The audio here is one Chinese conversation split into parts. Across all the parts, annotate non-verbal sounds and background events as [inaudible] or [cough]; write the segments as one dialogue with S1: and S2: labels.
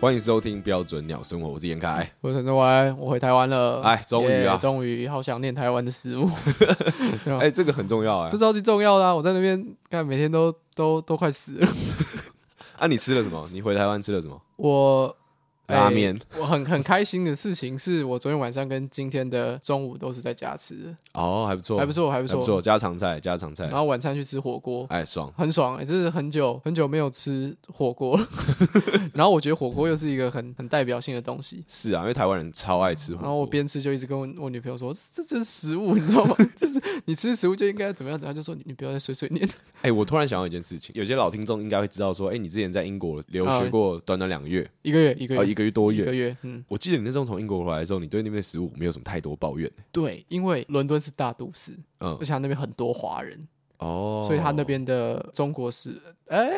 S1: 欢迎收听标准鸟生活，我是严凯。
S2: 我陈志文，我回台湾了，
S1: 哎终于啊
S2: 耶终于好想念台湾的食
S1: [laughs]
S2: 物，
S1: 哎、这个很重要哎、
S2: 这超级重要啊啦！我在那边看，每天都都都快死了。
S1: 啊，你吃了什么？你回台湾吃了什么？
S2: 我哎
S1: [laughs] 拉面
S2: 我很很开心的事情是我昨天晚上跟今天的中午都是在家吃的，
S1: 哦，还不错，
S2: 还不错，还不
S1: 还不
S2: 错。
S1: 错，哎家常菜，家常菜
S2: 然，后晚餐去吃火锅，
S1: 哎，爽。
S2: 很爽哎、真是很久很久没有吃火锅 [laughs] 了。然后我觉得火锅又是一个很很代表性的东西。
S1: 是啊，因为台湾人超爱吃火
S2: 然
S1: 锅。
S2: 后我边吃就一直跟我我女朋友说，这这就是食物，你知道吗？ [laughs] 就是你吃食物就应该怎么样怎么样，她就说你你不要再碎碎念。
S1: 哎、我突然想到一件事情，有些老听众应该会知道说，哎、你之前在英国留学
S2: 啊
S1: 过短短两个月，
S2: 一个月，一个
S1: 啊、
S2: 月，
S1: 一个月多
S2: 一
S1: 月
S2: 个。月，嗯，
S1: 我记得你那时候从英国回来的时候，你对那边的食物没有什么太多抱怨。
S2: 对，因为伦敦是大都市，
S1: 嗯
S2: 而，且它那边很多华人，
S1: 哦，
S2: 所以它那边的中国食，哎、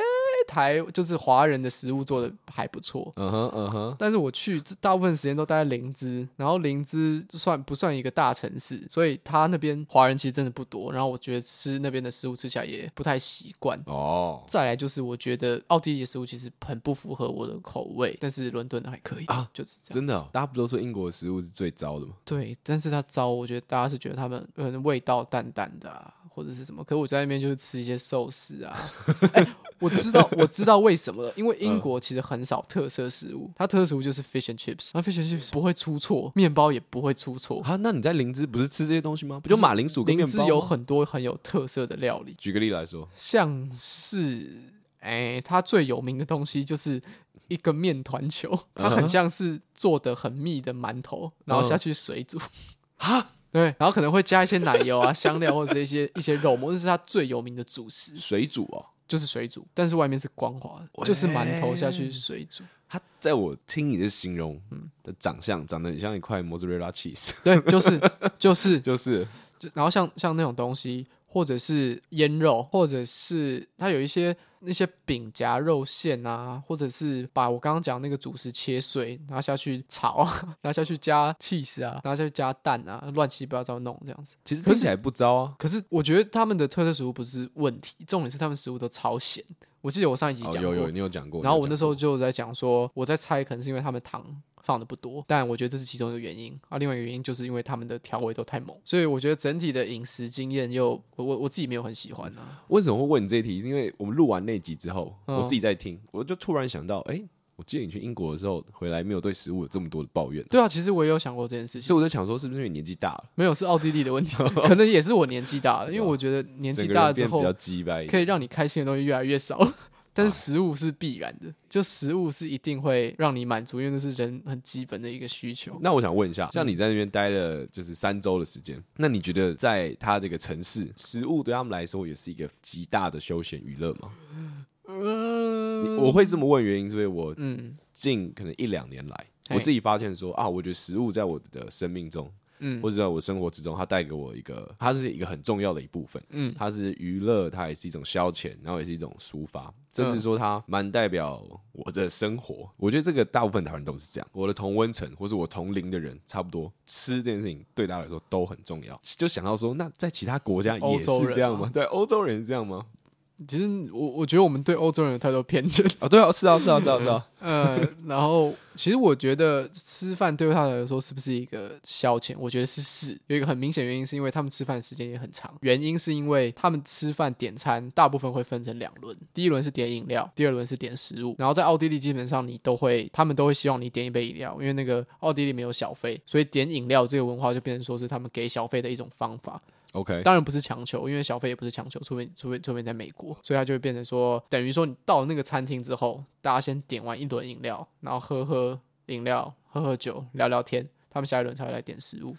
S2: 台就是华人的食物做的还不错。
S1: 嗯哼，嗯哼，
S2: 但是我去这大部分时间都待在林芝，然后林芝就算不算一个大城市，所以它那边华人其实真的不多。然后我觉得吃那边的食物吃起来也不太习惯。
S1: 哦
S2: 再来就是我觉得奥地利的食物其实很不符合我的口味，但是伦敦的还可以
S1: 啊，
S2: 就是这样
S1: 真的
S2: 子
S1: 哦、大家不都说英国的食物是最糟的吗？
S2: 对，但是它糟，我觉得大家是觉得他们可能味道淡淡的啊，或者是什么。可是我在那边就是吃一些寿
S1: [laughs]
S2: 司啊，哎、我知道我知道为什么了，因为英
S1: 嗯
S2: 国其实很少特色食物，它特色食物就是 fish and chips，那 fish and chips 不会出错，面包也不会出错，
S1: 啊，那你在灵芝不是吃这些东西吗？不就马铃薯跟
S2: 林
S1: 面
S2: 芝
S1: 包吗？
S2: 有很多很有特色的料理，
S1: 举个例来说，
S2: 像是哎、它最有名的东西就是。一个面团球，它
S1: 嗯
S2: 很
S1: 哼
S2: 像是做的很密的馒头，然后
S1: 嗯
S2: 下去水煮，
S1: 哈，
S2: 对，然后可能会加一些奶油啊、香料或者是一些 [laughs] 一些肉末，这是它最有名的主食，
S1: 水煮哦，
S2: 就是水煮，但是外面是光滑的，就是馒头下去水煮。
S1: 它在我听你的形容的长相，长得很像一块 mozzarella cheese， [laughs]
S2: 对，就是就是，
S1: 就是
S2: 就然后像像那种东西，或者是腌肉，或者是它有一些那些饼夹肉馅啊，或者是把我刚刚讲那个主食切碎，然后下去炒啊，然后下去加 cheese 啊，然后下去加蛋啊，乱七八糟弄这样子。
S1: 其实听起来不糟啊。
S2: 可是我觉得他们的特色食物不是问题，重点是他们食物都超咸。我记得我上一集
S1: 哦，
S2: 讲过，
S1: 有有，你有讲过。
S2: 然后我那时
S1: 你
S2: 候
S1: 有
S2: 就在讲说，我在猜可能是因为他们糖放的不多，但我觉得这是其中一个原因啊。另外一个原因就是因为他们的调味都太猛，所以我觉得整体的饮食经验又我我我自己没有很喜欢啊。
S1: 讲过为什么会问你这一题？因为我们录完那集之后，
S2: 嗯
S1: 我自己在听，我就突然想到，哎，我记得你去英国的时候回来没有对食物有这么多的抱怨，
S2: 对啊，其实我也有想过这件
S1: 所
S2: 事
S1: 以
S2: 情，
S1: 我在想说，是不是因为你年纪大了，
S2: 没有是奥地利
S1: [laughs]
S2: 的问题，可能也是我年纪大了，因为我觉得年纪大了之
S1: 整个人变比
S2: 后
S1: 较，鸡掰一点，
S2: 可以让你开心的东西越来越少。但是食物是必然的，就食物是一定会让你满足，因为那是人很基本的一个需求。
S1: 那我想问一下，像
S2: 嗯
S1: 你在那边待了就是三周的时间，那你觉得在他这个城市，食物对他们来说也是一个极大的休闲娱乐吗？你
S2: 嗯，
S1: 我会这么问原因，是因为我
S2: 嗯
S1: 近可能一两年来，
S2: 嘿
S1: 我自己发现说啊，我觉得食物在我的生命中，
S2: 嗯
S1: 或者在我生活之中，它带给我一个，它是一个很重要的一部分。
S2: 嗯，
S1: 它是娱乐，它也是一种消遣，然后也是一种抒发，甚至说它蛮代表我的生活。我觉得这个大部分台湾人都是这样，我的同温层或是我同龄的人，差不多吃这件事情对大家来说都很重要。就想到说，那在其他国家也
S2: 欧
S1: 是
S2: 洲人
S1: 这样
S2: 啊
S1: 吗？对，欧洲人也是这样 [laughs] 吗？
S2: 其实我我觉得我们对欧洲人有太多偏见。
S1: 啊，对啊，是啊，是啊，是啊，是啊。
S2: [laughs]
S1: [laughs]
S2: 呃，然后其实我觉得吃饭对他来说是不是一个消遣？我觉得是是，有一个很明显原因是因为他们吃饭的时间也很长，原因是因为他们吃饭点餐大部分会分成两轮，第一轮是点饮料，第二轮是点食物。然后在奥地利基本上你都会，他们都会希望你点一杯饮料，因为那个奥地利没有小费，所以点饮料这个文化就变成说是他们给小费的一种方法。
S1: OK，
S2: 当然不是强求，因为小费也不是强求，除非除非除非你在美国，所以它就会变成说，等于说你到那个餐厅之后，大家先点完一轮饮料，然后喝喝饮料，喝喝酒，聊聊天，他们下一轮才会来点食物。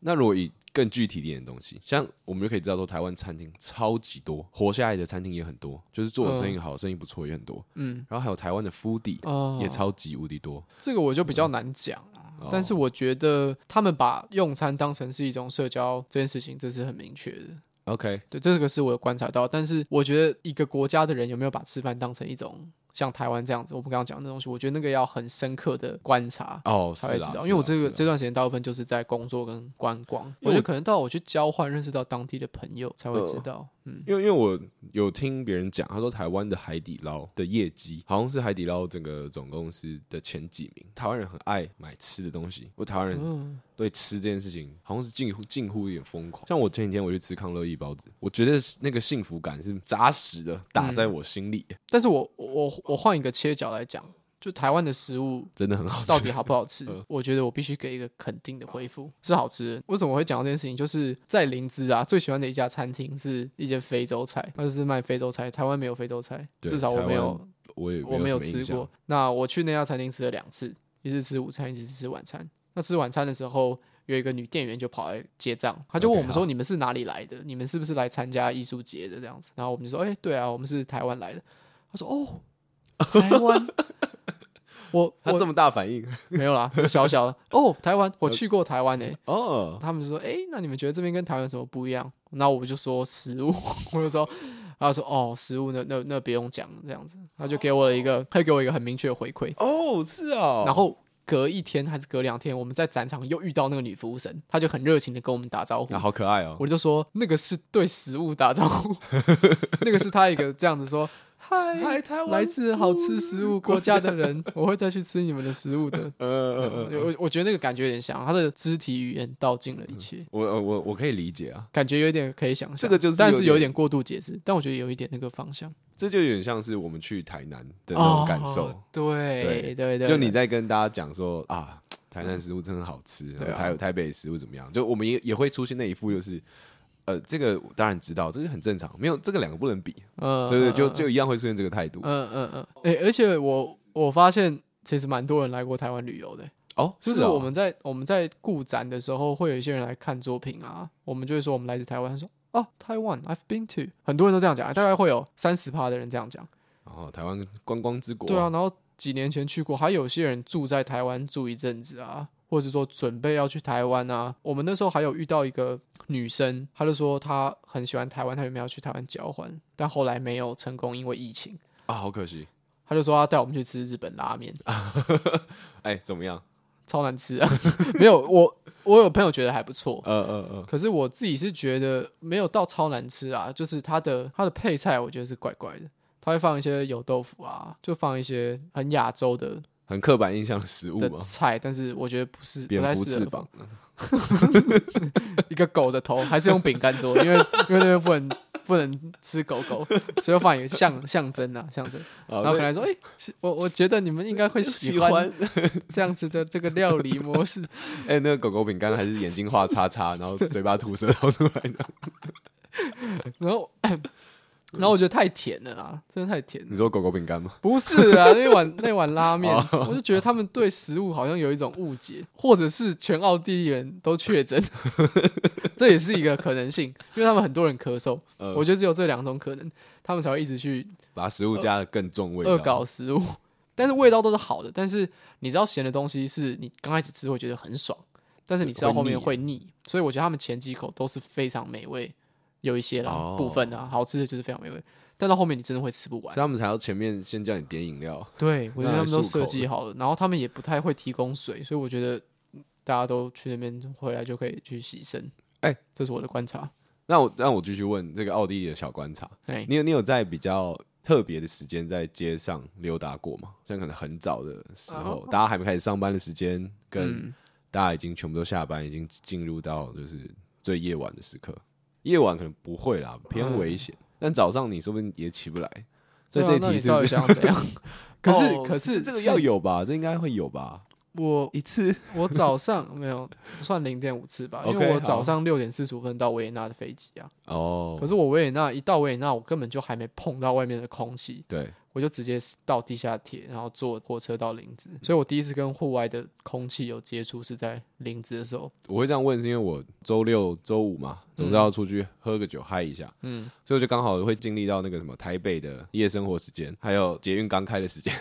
S1: 那如果以更具体一点的东西，像我们就可以知道说，台湾餐厅超级多，活下来的餐厅也很多，就是做的生意好，生意不错也很多。
S2: 嗯，
S1: 然后还有台湾的 foodie
S2: 哦
S1: 也超级无敌多，
S2: 这个我就比较难讲。啊
S1: 哦
S2: 但是我觉得他们把用餐当成是一种社交这件事情，这是很明确的。
S1: OK，
S2: 对，这个是我有观察到。但是我觉得一个国家的人有没有把吃饭当成一种像台湾这样子，我们刚刚讲的东西，我觉得那个要很深刻的观察。
S1: 哦，是
S2: 才会知
S1: 啦，
S2: 道，
S1: 是
S2: 因为我
S1: 啦
S2: 这
S1: 是
S2: 个
S1: 啦
S2: 这段时间大部分就是在工作跟观光，
S1: 因为
S2: 我
S1: 我
S2: 觉得可能到我去交换，认识到当地的朋友才会知
S1: 呃
S2: 道。嗯，
S1: 因为因为我有听别人讲，他说台湾的海底捞的业绩好像是海底捞整个总公司的前几名。台湾人很爱买吃的东西，我台湾
S2: 嗯
S1: 人对吃这件事情好像是近乎近乎有点疯狂。像我前几天我去吃康乐意包子，我觉得是那个幸福感是扎实的打
S2: 嗯
S1: 在我心里，
S2: 但是我我我换一个切角来讲，就台湾的
S1: [laughs]
S2: 食物
S1: 真的很好吃。
S2: 到底好不好吃？
S1: 嗯
S2: 我觉得我必须给一个肯定的回复，是好吃的。为什么我会讲到这件事情？就是在林芝啊，最喜欢的一家餐厅是一间非洲菜，它就是卖非洲菜。台湾没有非洲菜，
S1: 对
S2: 至少我没
S1: 台
S2: 有
S1: 湾我也
S2: 我没
S1: 有
S2: 有
S1: 什么印
S2: 吃
S1: 象
S2: 过。。那我去那家餐厅吃了两次，一次吃午餐，一次吃晚餐。那吃晚餐的时候，有一个女店员就跑来结账，她就问
S1: OK，
S2: 我们说：“你们是哪里来的？你们是不是来参加艺术节的？”这样子，然后我们就说：“哎、对啊，我们是台湾来的。”她说：“哦，台湾。 [laughs] 我”
S1: 他
S2: 我
S1: 这么大反应
S2: 没有啦，小小的哦，台湾，我去过台湾欸诶、
S1: 哦，
S2: 他们就说：“哎、那你们觉得这边跟台湾有什么不一样？”那我就说食物， [laughs] 我就说，他说：“哦，食物那那那不用讲，这样子。”他就给我了一个，他就给我一个很明确的回馈。
S1: 哦是哦，
S2: 然后隔一天还是隔两天，我们在展场又遇到那个女服务生，她就很热情的跟我们打招呼
S1: 那、。好可爱哦，
S2: 我就说那个是对食物打招 [laughs] 呼，那个是她一个这样子说：“嗨，
S1: 台
S2: 来自好吃食物国家的人，我会再去吃你们的食物的。”
S1: 呃呃呃
S2: [laughs] 嗯我我觉得那个感觉有点像，他的肢体语言道尽了一切，
S1: 我我我我可以理解啊，
S2: 感觉有点可以想象。
S1: 这个就是
S2: 但
S1: 有
S2: 是
S1: 点
S2: 有一点过度解释，但我觉得有一点那个方向
S1: 这就有点像是我们去台南的那种感受。
S2: 哦对
S1: 对
S2: 对对，
S1: 就你在跟大家讲说啊，台南食物真的好吃，
S2: 对啊
S1: 台台北食物怎么样？就我们也也会出现那一副，就是呃，这个我当然知道，这个很正常，没有这个两个不能比，
S2: 嗯，
S1: 对对，
S2: 嗯
S1: 就
S2: 嗯
S1: 就一样会出现这个态度。
S2: 嗯嗯嗯，哎、而且我我发现其实蛮多人来过台湾旅游的、
S1: 哦，
S2: 就是
S1: 啊
S2: 我们在我们在顾展的时候，会有一些人来看作品啊，我们就会说我们来自台湾，他说哦，台湾，I've been to，很多人都这样讲，大概会有三十趴的人这样讲。
S1: 哦，台湾观光之国，
S2: 对啊，，然后几年前去过，还有些人住在台湾住一阵子啊，或者是说准备要去台湾啊。我们那时候还有遇到一个女生，她就说她很喜欢台湾，她有没有要去台湾交换？但后来没有成功，因为疫情。
S1: 啊，好可惜。
S2: 她就说她带我们去吃日本拉面， [laughs]
S1: 哎，怎么样？
S2: 超难吃啊！ [laughs] 没有，我我有朋友觉得还不错。
S1: 呃呃呃，
S2: 可是我自己是觉得没有到超难吃啊，就是它的它的配菜我觉得是怪怪的，它会放一些油豆腐啊，就放一些很亚洲的
S1: 很刻板印象的食物
S2: 的
S1: 嘛，
S2: 菜，但是我觉得不是不
S1: 蝙
S2: 太
S1: 蝠
S2: 适合
S1: 翅
S2: 放
S1: 膀，
S2: [laughs]
S1: 啊
S2: 一个狗的头，还是用饼干做，因为因为那边不能不能吃狗狗，所以放一个象象征啊象征。
S1: 然
S2: 然后可能还说，哎、是我我觉得你们应该会 [laughs] 喜
S1: 喜
S2: 欢
S1: 欢
S2: 这样子的这个料理模 [laughs] 式。
S1: [laughs] 哎，那个狗狗饼干还是眼睛画叉叉，然后嘴巴吐舌头出来的。
S2: 然后然后我觉得太甜了啊，真的太甜了
S1: 你。说狗狗饼干吗？
S2: 不是啊，哦那碗那碗拉面，我就觉得他们对食物好像有一种误解，或者是全奥地利人都确诊， [laughs] 这也是一个可能性，因为他们很多人咳嗽，
S1: 呃
S2: 我觉得只有这两种可能，他们才会一直去
S1: 把食物加的更重味道，
S2: 恶搞食物， [laughs] 但是味道都是好的，但是你知道咸的东西是你刚开始吃会觉得很爽，但是你吃到后面会
S1: 会
S2: 腻，所以我觉得他们前几口都是非常美味，有一些啦、
S1: 哦
S2: 部分啊，好吃的就是非常美味，但到后面你真的会吃不完
S1: 所以。他们才要前面先叫你点饮料。
S2: 对，我觉得
S1: 那
S2: 他
S1: 还
S2: 们都
S1: 漱口
S2: 设计好了，然后他们也不太会提供水，所以我觉得大家都去那边回来就可以去洗身。
S1: 哎
S2: 这是我的观察。
S1: 那我让我继续问这个奥地利的小观察，
S2: 哎，
S1: 你有你有在比较特别的时间在街上溜达过吗？像可能很早的时候，大家还没开始上班的时间，跟大家已经全部都下班，已经进入到就是最夜晚的时刻。夜晚可能不会啦，偏危险。但早上你说不定也起不来，所以
S2: 对
S1: 这
S2: 啊
S1: 一
S2: 那
S1: 题
S2: 你
S1: 是
S2: 到
S1: 不
S2: 底
S1: 是？[laughs]
S2: 想要怎样？可是
S1: 哦
S2: 可是
S1: 这个要有吧，这应该会有吧？
S2: 我
S1: 一次
S2: 我早上没有算零点五次吧，因
S1: OK，
S2: 为我早
S1: 好
S2: 上六点四十五分到维也纳的飞机啊。
S1: 哦，
S2: 可是我维也纳一到维也纳，我根本就还没碰到外面的空气，
S1: 对，
S2: 我就直接到地下铁，然后坐火车到林子。所以我第一次跟户外的空气有接触是在林子的时候。
S1: 我会这样问，是因为我周六、周五嘛，总是要出去喝个酒嗨一下，
S2: 嗯
S1: 嗯，所以我就刚好会经历到那个什么台北的夜生活时间，还有捷运刚开的时间，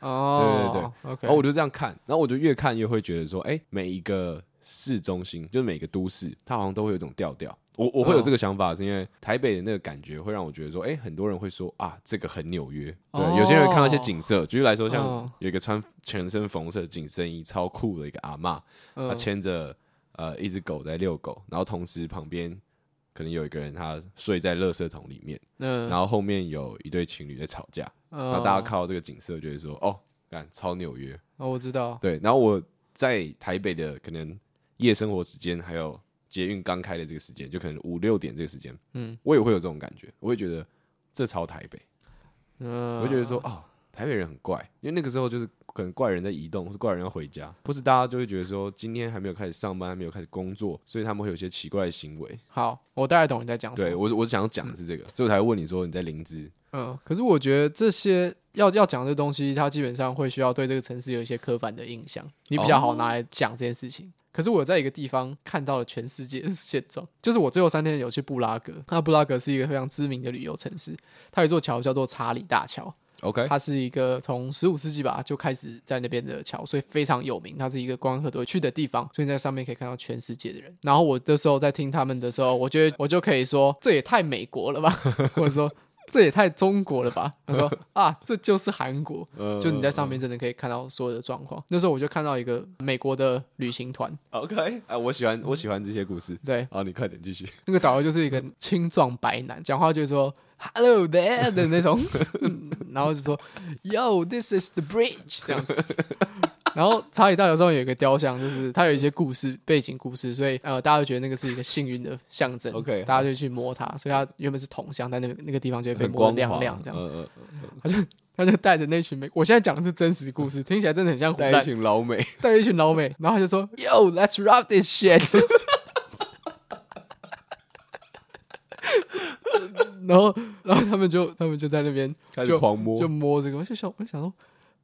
S2: 哦，
S1: 对对
S2: 对，OK，
S1: 然后我就这样看，然后我就越看越会觉得说，哎、每一个市中心，就是每个都市，它好像都会有一种调调。我我会有
S2: 哦
S1: 这个想法，是因为台北的那个感觉会让我觉得说，哎、很多人会说啊，这个很纽约。对，
S2: 哦
S1: 有些人看到一些景色，举例来说，
S2: 嗯
S1: 像有一个穿全身粉红色的紧身衣、超酷的一个阿嬷，她
S2: 嗯，
S1: 牵着呃一只狗在遛狗，然后同时旁边可能有一个人他睡在垃圾桶里面，
S2: 嗯，
S1: 然后后面有一对情侣在吵架，然后
S2: 后
S1: 大家看到这个景色就会说，哦，干超纽约。
S2: 哦，我知道，
S1: 对，然后我在台北的可能夜生活时间，还有捷运刚开的这个时间，就可能五六点这个时间，
S2: 嗯，
S1: 我也会有这种感觉，我会觉得这超台北，
S2: 嗯，
S1: 我会觉得说哦，台北人很怪，因为那个时候就是可能怪人在移动，或是怪人要回家，或是大家就会觉得说今天还没有开始上班，还没有开始工作，所以他们会有一些奇怪的行为。
S2: 好，我大概懂你在讲什么。
S1: 对我，我想要讲的是这个，所以我才会问你说你在灵芝，
S2: 嗯，可是我觉得这些要要讲这东西，它基本上会需要对这个城市有一些刻板的印象，你比较好拿来讲这件事情。可是我在一个地方看到了全世界的现状， [laughs] 就是我最后三天有去布拉格，那布拉格是一个非常知名的旅游城市，它有一座桥叫做查理大桥，
S1: OK，
S2: 它是一个从十五世纪吧就开始在那边的桥，所以非常有名。它是一个观光客都会去的地方，所以在上面可以看到全世界的人。然后我那时候在听他们的时候，我觉得我就可以说这也太美国了吧， [laughs] 或者说这也太中国了吧。他说啊，这就是韩国，
S1: 呃
S2: 就你在上面真的可以看到所有的状况。那时候我就看到一个美国的旅行团，
S1: OK，哎，我喜欢我喜欢这些故事。
S2: 对，
S1: 好，你快点继续。
S2: 那个导游就是一个青壮白男，讲话就说 “Hello there” 的那
S1: [laughs]
S2: 种，嗯然后就说 “Yo, this is the bridge” 这
S1: [laughs]
S2: 样子。然后查理大桥上面有一个雕像，就是它有一些故事背景故事，所以呃，大家就觉得那个是一个幸运的象征
S1: OK，
S2: 大家就去摸它，所以它原本是铜像，但那个那个地方就会被
S1: 很
S2: 摸
S1: 光
S2: 得亮
S1: 滑
S2: 亮这样。
S1: 嗯嗯嗯，
S2: 他就带着那群美，我现在讲的是真实故事，听起来真的很像胡
S1: 带
S2: 蛋
S1: 一，群老
S2: [laughs]
S1: 美，
S2: 带一群老美，然后他就说 “Yo, let's rub this shit”，然后然后他们就他们就在那边
S1: 开始狂摸，
S2: 就摸这个，我就想我就想说，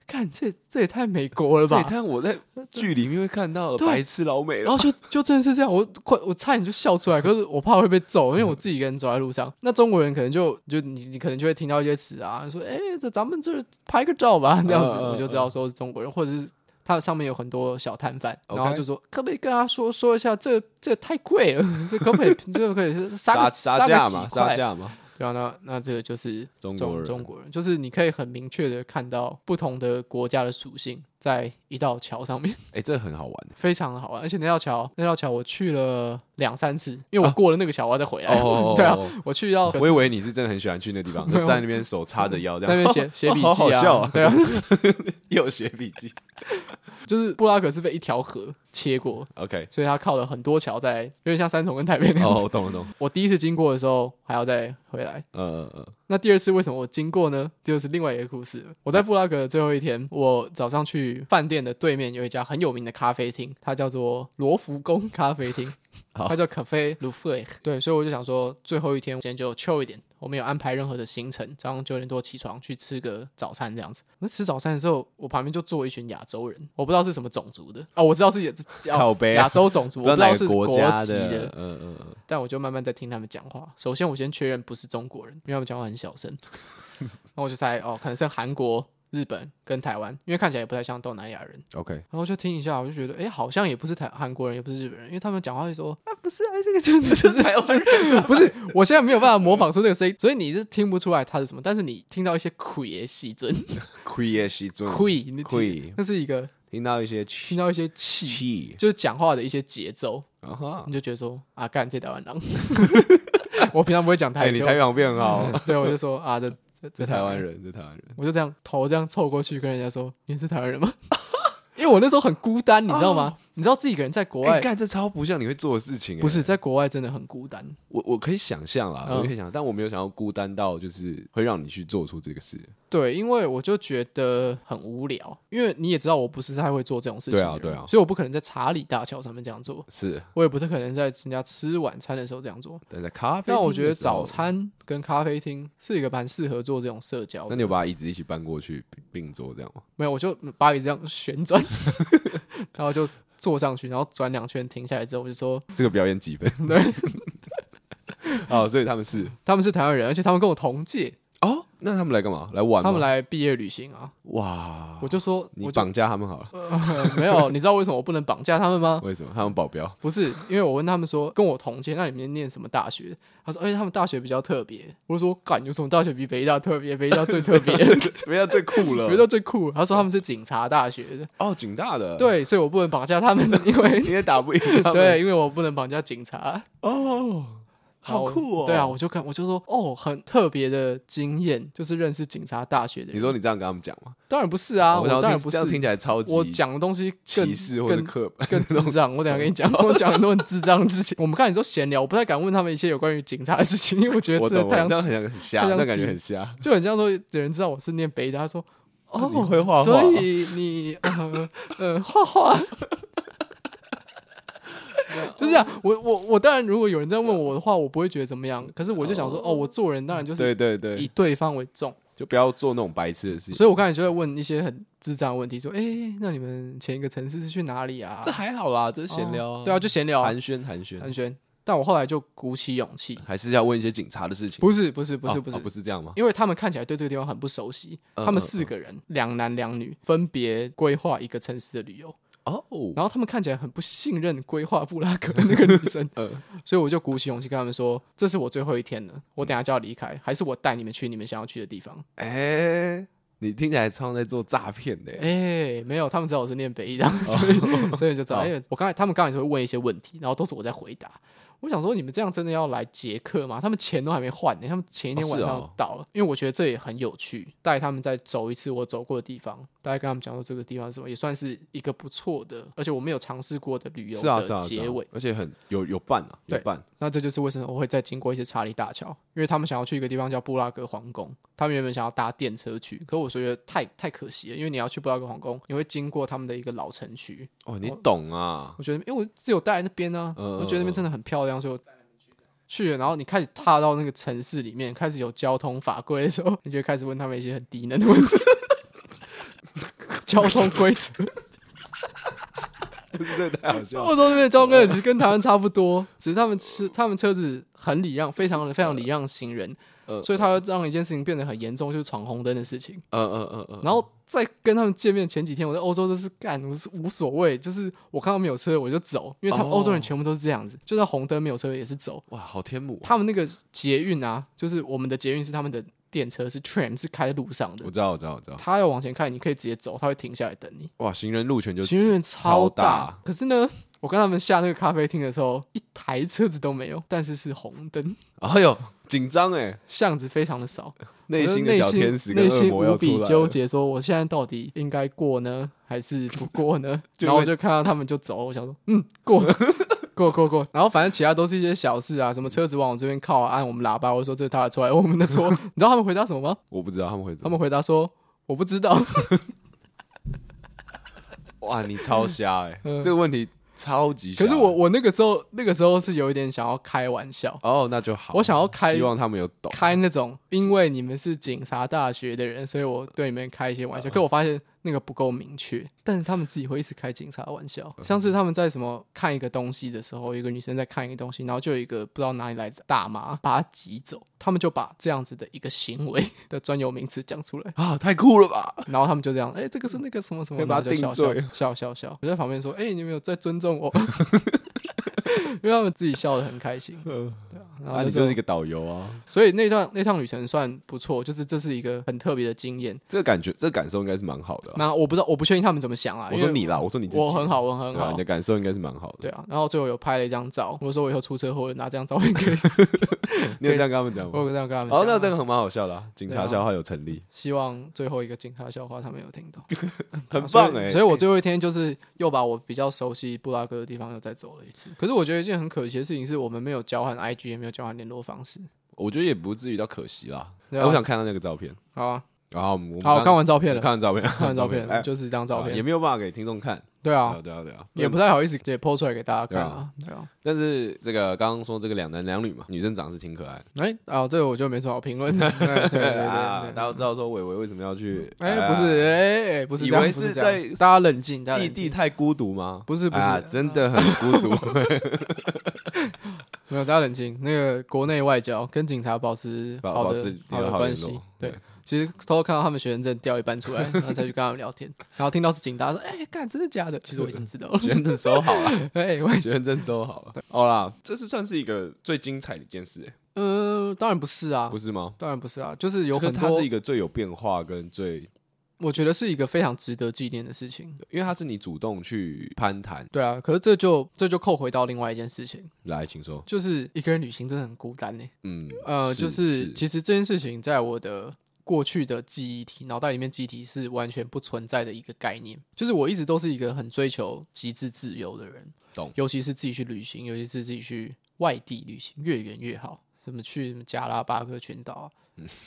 S2: 看这这也太美国了
S1: 这
S2: 吧哦
S1: 也，太我在剧里面会看到
S2: 对
S1: 白痴老美
S2: 然
S1: 了
S2: 后。就就真的是这样，我快我差点就笑出来，可是我怕会被揍，因为我自己一个人走在路上。那中国人可能就就你你可能就会听到一些词啊，说哎、这咱们这儿拍个照吧，这样子
S1: 嗯嗯
S2: 我就知道说是中国人，或者是。它上面有很多小摊贩，
S1: OK
S2: 然后就说可不可以跟他说说一下，这这太贵了，这可不可以这可不可以杀个
S1: 杀
S2: 个
S1: 价
S2: 几
S1: 嘛，
S2: 块
S1: 杀价嘛，
S2: 对啊，那那这个就是
S1: 中国
S2: 中
S1: 人
S2: 中国人，就是你可以很明确的看到不同的国家的属性在一道桥上面。
S1: 哎，这很好玩。
S2: 非常的好玩，而且那道桥，那道桥我去了两三次，因为我过了那个桥，我要再回来。
S1: 啊哦
S2: [laughs] [laughs] 对啊，我去到
S1: 我以为你是真的很喜欢去那地方，
S2: 没有
S1: 就站在那边手叉着腰这
S2: 在那边
S1: 样，
S2: 写写
S1: [laughs]
S2: 笔
S1: 好
S2: 记
S1: 笑啊
S2: 啊，对啊，
S1: 又写笔记。
S2: 就是布拉格是被一条河切过，
S1: OK，
S2: 所以它靠了很多桥在，有点像三重跟台北那样
S1: 哦，
S2: 子。
S1: 我懂了懂了。
S2: 我第一次经过的时候还要再回来，
S1: 呃呃，呃
S2: 那第二次为什么我经过呢？就是另外一个故事了。我在布拉格的最后一天，我早上去饭店的对面有一家很有名的咖啡厅，它叫做罗浮宫咖啡厅，
S1: [laughs] 好
S2: 它叫 Cafe l u f e 对，所以我就想说，最后一天今天就 chill 一点，我没有安排任何的行程，早上九点多起床去吃个早餐这样子。那吃早餐的时候，我旁边就坐一群亚洲人，我不知道是什么种族的啊、我知道是亚
S1: 靠背
S2: 亚
S1: 啊，
S2: 洲种族，
S1: 不
S2: 我不知道
S1: 哪
S2: 是
S1: 个国
S2: 国
S1: 家
S2: 籍的
S1: 嗯，嗯嗯，
S2: 但我就慢慢在听他们讲话。首先，我先确认不是中国人，因为他们讲话很小声。 [laughs] 然后我就猜，哦，可能是韩国、日本跟台湾，因为看起来也不太像东南亚人。
S1: 嗯 OK，
S2: 然后就听一下，我就觉得，哎，好像也不是台韩国人，也不是日本人，因为他们讲话就说，啊，不是啊，这个这这是台湾人，啊 [laughs] 不是。我现在没有办法模仿出那个声音，所以你是听不出来他是什么，但是你听到一些苦耶细尊，
S1: 亏也是尊，
S2: 苦耶，你听
S1: 亏
S2: 那是一个
S1: 听到一些
S2: 听
S1: 气
S2: 到一些气，
S1: 气，
S2: 就是讲话的一些节奏，
S1: 啊哈
S2: 你，就觉得说，啊，干这台湾人。 [laughs] 我平常不会讲台
S1: 哎，
S2: 语，
S1: 你
S2: 我
S1: 台语好像变很好，
S2: 对，我就说啊，这这
S1: 这
S2: 这
S1: 台湾
S2: 人，
S1: 人，这台湾人，
S2: 我就这样头这样凑过去跟人家说：“你是台湾人吗？” [laughs] 因为我那时候很孤单，你知道吗？你知道自己一个人在国
S1: 哦哎，
S2: 外，
S1: 干这超不像你会做的事情，哎
S2: 不是在国外真的很孤单。
S1: 我我可以想象啦，
S2: 嗯
S1: 我可以想，象，但我没有想到孤单到就是会让你去做出这个事。
S2: 对，因为我就觉得很无聊，因为你也知道我不是太会做这种事情的人，
S1: 对啊对啊
S2: 所以我不可能在查理大桥上面这样做，
S1: 是，
S2: 我也不太可能在人家吃晚餐的时候这样做。
S1: 但在咖啡，
S2: 但我觉得早，餐跟咖啡厅是一个蛮适合做这种社交的。
S1: 那你有把椅子一起搬过去并并坐这样吗？
S2: 没有，我就把椅子这样旋转， [laughs] 然后就坐上去，然后转两圈停下来之后，我就说
S1: 这个表演几分？
S2: [laughs] 对，
S1: [laughs] 哦，所以他们是
S2: 他们是台湾人，而且他们跟我同届，
S1: 哦，那他们来干嘛？来玩吗？
S2: 他们来毕业旅行啊，
S1: 哇！
S2: 我就说，
S1: 你
S2: 我就、
S1: 绑架他们好了，
S2: 呃、 [laughs] 没有，你知道为什么我不能绑架他们吗？
S1: 为什么？他们保镖
S2: 不是，因为我问他们说，跟我同届，那你们念什么大学？他说，而、哎且他们大学比较特别。我就说，感有什么大学比北医大特别？北医大最
S1: [laughs]
S2: 特别，
S1: 没有最酷
S2: [laughs]
S1: 了
S2: 北医大最酷。他说他们是警察大学的，
S1: 哦，警大的，，
S2: 对，所以我不能绑架他们，因为
S1: 你也打不赢 [laughs] 他们，
S2: 对，因为我不能绑架警察。
S1: 哦，好
S2: 然后
S1: 酷哦，
S2: 对啊，我就看，我就说，哦，很特别的经验，就是认识警察大学的人。
S1: 你说你这样跟他们讲吗？
S2: 当然不是啊，
S1: 我
S2: 我
S1: 想说
S2: 当然
S1: 听
S2: 不
S1: 这
S2: 是
S1: 样，听起来超级
S2: 我讲的东西更
S1: 歧视或者
S2: 更
S1: 刻板，
S2: 更智障。我等一下跟你
S1: [laughs]
S2: 讲，我讲很多很智障的事情。我们刚才你说闲聊，我不太敢问他们一些有关于警察的事情，因为我觉得
S1: 我
S2: 真的
S1: 懂，我
S2: 太
S1: 这
S2: 像
S1: 样很像很瞎，
S2: 太
S1: 这
S2: 像
S1: 样感觉
S2: 地
S1: 很瞎。
S2: 就很像说有人知道我是念北大，他说哦，
S1: 你会画画
S2: 所以你呃呃
S1: [laughs]
S2: 画画。就这样，我我我当然，如果有人这样问我的话，我不会觉得怎么样。可是我就想说，哦，我做人当然就是
S1: 对对
S2: 以
S1: 对，
S2: 对方为重，
S1: 就不要做那种白痴的事情。
S2: 所以我刚才就会问一些很智障的问题，说，哎、那你们前一个城市是去哪里啊？
S1: 这还好啦，这是闲聊啊
S2: 哦。对啊，就闲聊、啊
S1: 寒，暄寒暄，
S2: 寒暄。但我后来就鼓起勇气，
S1: 还是要问一些警察的事情。
S2: 不是不是不是
S1: 啊哦
S2: 不是
S1: 哦不是这样吗？
S2: 因为他们看起来对这个地方很不熟悉。
S1: 嗯
S2: 他们
S1: 嗯
S2: 四个人，两男两女，分别规划一个城市的旅游，
S1: 哦，，
S2: 然后他们看起来很不信任规划布拉格那个女生
S1: [laughs] 嗯
S2: [laughs] 所以我就鼓起勇气跟他们说：“这是我最后一天了，我等下就要离开，还是我带你们去你们想要去的地方
S1: 哎，你听起来超像在做诈骗？”的欸耶。
S2: 哎、没有，他们知道我是念北艺的，
S1: 哦
S2: 所
S1: [laughs]
S2: 以所以就知道。
S1: 好
S2: 哎、我刚才他们刚才就会问一些问题，然后都是我在回答。我想说，你们这样真的要来捷克吗？他们钱都还没换呢、他们前一天
S1: 哦是
S2: 晚上
S1: 哦
S2: 到了，因为我觉得这也很有趣，带他们再走一次我走过的地方，大概跟他们讲说这个地方是什么，也算是一个不错的，而且我没有尝试过的旅游
S1: 是啊是
S2: 的
S1: 啊，是啊
S2: 结尾。
S1: 而且很有有伴啊，有
S2: 对
S1: 伴。
S2: 那这就是为什么我会再经过一些查理大桥，因为他们想要去一个地方叫布拉格皇宫，他们原本想要搭电车去，可我觉得太太可惜了，因为你要去布拉格皇宫，你会经过他们的一个老城区，
S1: 哦，你懂啊， [laughs]
S2: 我觉得，因为我只有待在那边呢、
S1: 嗯
S2: 我觉得那边真的很漂亮，所以我带他们去了，然后你开始踏到那个城市里面，开始有交通法规的时候，你就会开始问他们一些很低能的问题， [laughs] 交通规则。
S1: 这太好
S2: [laughs]
S1: 笑了。
S2: 澳洲那边的交通规则其实跟台湾差不多，只是他们吃他们车子很礼让，非常非常礼让行人，
S1: 嗯
S2: 所以他会让一件事情变得很严重，就是闯红灯的事情。
S1: 嗯嗯嗯嗯，
S2: 然后在跟他们见面前几天，我在欧洲就是干，我是无所谓，就是我看到没有车我就走，因为他们
S1: 哦
S2: 欧洲人全部都是这样子，就算红灯没有车也是走。
S1: 哇，好天母啊。
S2: 他们那个捷运啊，就是我们的捷运是他们的电车是 tram 是开在路上的
S1: 我，知道，我知道，我知道。
S2: 他要往前开，你可以直接走，他会停下来等你。
S1: 哇，行人路权就
S2: 行人
S1: 超
S2: 超
S1: 大
S2: 可是呢，我跟他们下那个咖啡厅的时候，一台车子都没有，但是是红灯，
S1: 哎呦，紧张哎，
S2: 巷子非常的少。
S1: 内
S2: 我就
S1: 心的
S2: 内
S1: 小
S2: 心
S1: 天使跟
S2: 内
S1: 恶
S2: 心
S1: 魔
S2: 无
S1: 要出
S2: 比
S1: 来
S2: 纠
S1: 了。
S2: 结，说我现在到底应该过呢，还是不过呢？
S1: [laughs] 就
S2: 然后我
S1: 会
S2: 就看到他们就走了，我想说，嗯，过。 [laughs] 过过过，然后反正其他都是一些小事啊，什么车子往我这边靠、啊，按我们喇叭，我就说这是他的错，我们的错。 [laughs] 你知道他们回答什么吗？
S1: 我不知道他们会怎
S2: 他
S1: 么
S2: 们回答说我不知道。 [laughs]
S1: 哇，你超瞎哎、
S2: [laughs] 嗯
S1: 这个问题超级瞎。
S2: 可是我我那个时候那个时候是有一点想要开玩笑，
S1: 哦，那就好。
S2: 我想要开
S1: 希望他们有懂。
S2: 开那种，因为你们是警察大学的人，所以我对你们开一些
S1: 嗯
S2: 玩笑。可我发现那个不够明确，但是他们自己会一直开警察的玩笑，
S1: 嗯
S2: 像是他们在什么看一个东西的时候，有一个女生在看一个东西，然后就有一个不知道哪里来的大妈把她挤走，他们就把这样子的一个行为 [laughs] 的专有名词讲出来，
S1: 啊，太酷了吧！
S2: 然后他们就这样，哎、这个是那个什么什么，
S1: 可以把
S2: 然后
S1: 她
S2: 就笑
S1: 定
S2: 笑
S1: 罪
S2: 笑笑笑，我在旁边说，哎、你有没有在尊重我？ [laughs] 因为他们自己笑得很开心，然后
S1: 啊，你
S2: 说
S1: 就是一个导游啊，
S2: 所以那段那趟旅程算不错，就是这是一个很特别的经验。
S1: 这个感觉，这个感受应该是蛮好的啦。
S2: 那我不知道，我不确定他们怎么想啊。
S1: 啊我
S2: 因
S1: 说
S2: 为
S1: 你啦，我说你自己，
S2: 我很好，我很
S1: 对吧、啊
S2: 好
S1: 你的。感受应该是蛮好的。
S2: 对啊，然后最后有拍了一张照，我说我以后出车祸我就拿这张照片
S1: [laughs]
S2: 给你，
S1: 你有这样跟他们讲
S2: 我
S1: 吗？
S2: 有这样跟他们讲啊。
S1: 哦，那这个很蛮好笑的、啊，警
S2: 对
S1: 察
S2: 啊
S1: 笑话有成立，
S2: 希望最后一个警察笑话他们有
S1: [laughs]
S2: 听懂，
S1: 很
S2: 所以
S1: 棒哎、
S2: 所以我最后一天就是又把我比较熟悉布拉格的地方又再走了一次。可是我觉得一件很可惜的事情是我们没有交换 IG，也没有交换联络方式。
S1: 我觉得也不至于到可惜啦。
S2: 对
S1: 哎
S2: 啊
S1: 我想看到那个照片，
S2: 好啊，
S1: 然后我们
S2: 好，看
S1: 完
S2: 完照片了，
S1: 看完照片，
S2: 看完照片
S1: 哎，
S2: 就是这张照
S1: 也
S2: 片。
S1: 没有办法给听众看。
S2: 对
S1: 对
S2: 啊
S1: 啊，，对啊，对啊，
S2: 也不太好意思也 PO 出来给大家看啊。对啊。
S1: 但是这个刚刚说这个两男两女嘛，女生长得是挺可爱的。
S2: 哎、啊，这个我就没什么好评
S1: [laughs]
S2: 论。对对对对
S1: 啊，大家
S2: 对
S1: 都知道说伟伟为什么要去？
S2: 哎、
S1: 啊
S2: 不是，哎、哎不是
S1: 以
S2: 这样，
S1: 为
S2: 不
S1: 是
S2: 是这
S1: 在
S2: 样，大家冷静，大
S1: 啊
S2: 家
S1: 异
S2: 冷
S1: 地
S2: 静。
S1: 太孤独吗？
S2: 不是不是
S1: 啊真的很孤独。 [laughs]
S2: 没有，大家冷静。那个国内外交跟警察保持
S1: 保
S2: 好
S1: 保
S2: 的
S1: 持
S2: 好
S1: 友
S2: 的
S1: 好
S2: 关
S1: 联络
S2: 系，对
S1: 对。
S2: 其实偷偷看到他们学生证掉一半出来，然后才去跟他们聊天，然后听到是警察说：“哎、干真的假的？”其实我已经知道了。
S1: 学生证收好啊了，
S2: [laughs] 哎，我
S1: 学生证收
S2: [laughs]
S1: 好了。好啦，这是算是一个最精彩的一件事、欸，
S2: 呃，当然不是啊
S1: 不，是吗？
S2: 当然不是啊，就是有
S1: 可
S2: 很
S1: 是它
S2: 多
S1: 是一，个最有变化跟最，
S2: 我觉得是一个非常值得纪念的事情。
S1: 因为它是你主动去攀谈。
S2: 对啊，可是这就这就扣回到另外一件事情，
S1: 来，请说。
S2: 就是一个人旅行真的很孤单呢、
S1: 嗯，
S2: 呃，就是其实这件事情在我的过去的记忆体、脑袋里面记忆体是完全不存在的一个概念。就是我一直都是一个很追求极致自由的人，
S1: 懂
S2: 尤其是自己去旅行，尤其是自己去外地旅行，越远越好。什么去什么加拉巴哥群岛啊，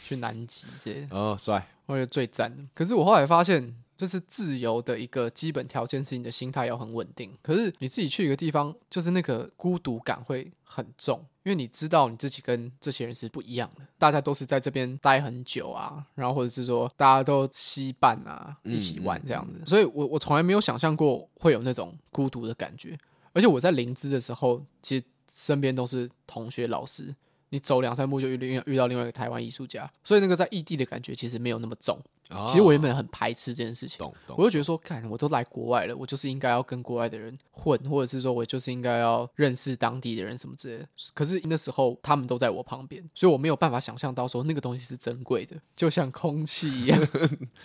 S2: 去南极这些，
S1: 哦，帅，
S2: 我觉得最赞的。可是我后来发现，就是自由的一个基本条件是你的心态要很稳定。可是你自己去一个地方，就是那个孤独感会很重，因为你知道你自己跟这些人是不一样的，大家都是在这边待很久啊，然后或者是说大家都稀伴啊，
S1: 嗯
S2: 一起玩这样子。所以我我从来没有想象过会有那种孤独的感觉。而且我在灵芝的时候，其实身边都是同学、老师，你走两三步就遇另遇到另外一个台湾艺术家，所以那个在异地的感觉其实没有那么重。
S1: 哦
S2: 其实我原本很排斥这件事情，
S1: 懂
S2: 我
S1: 懂，
S2: 就觉得说，看我都来国外了，我就是应该要跟国外的人混，或者是说我就是应该要认识当地的人什么之类的。可是那时候他们都在我旁边，所以我没有办法想象到说那个东西是珍贵的，就像空气一样。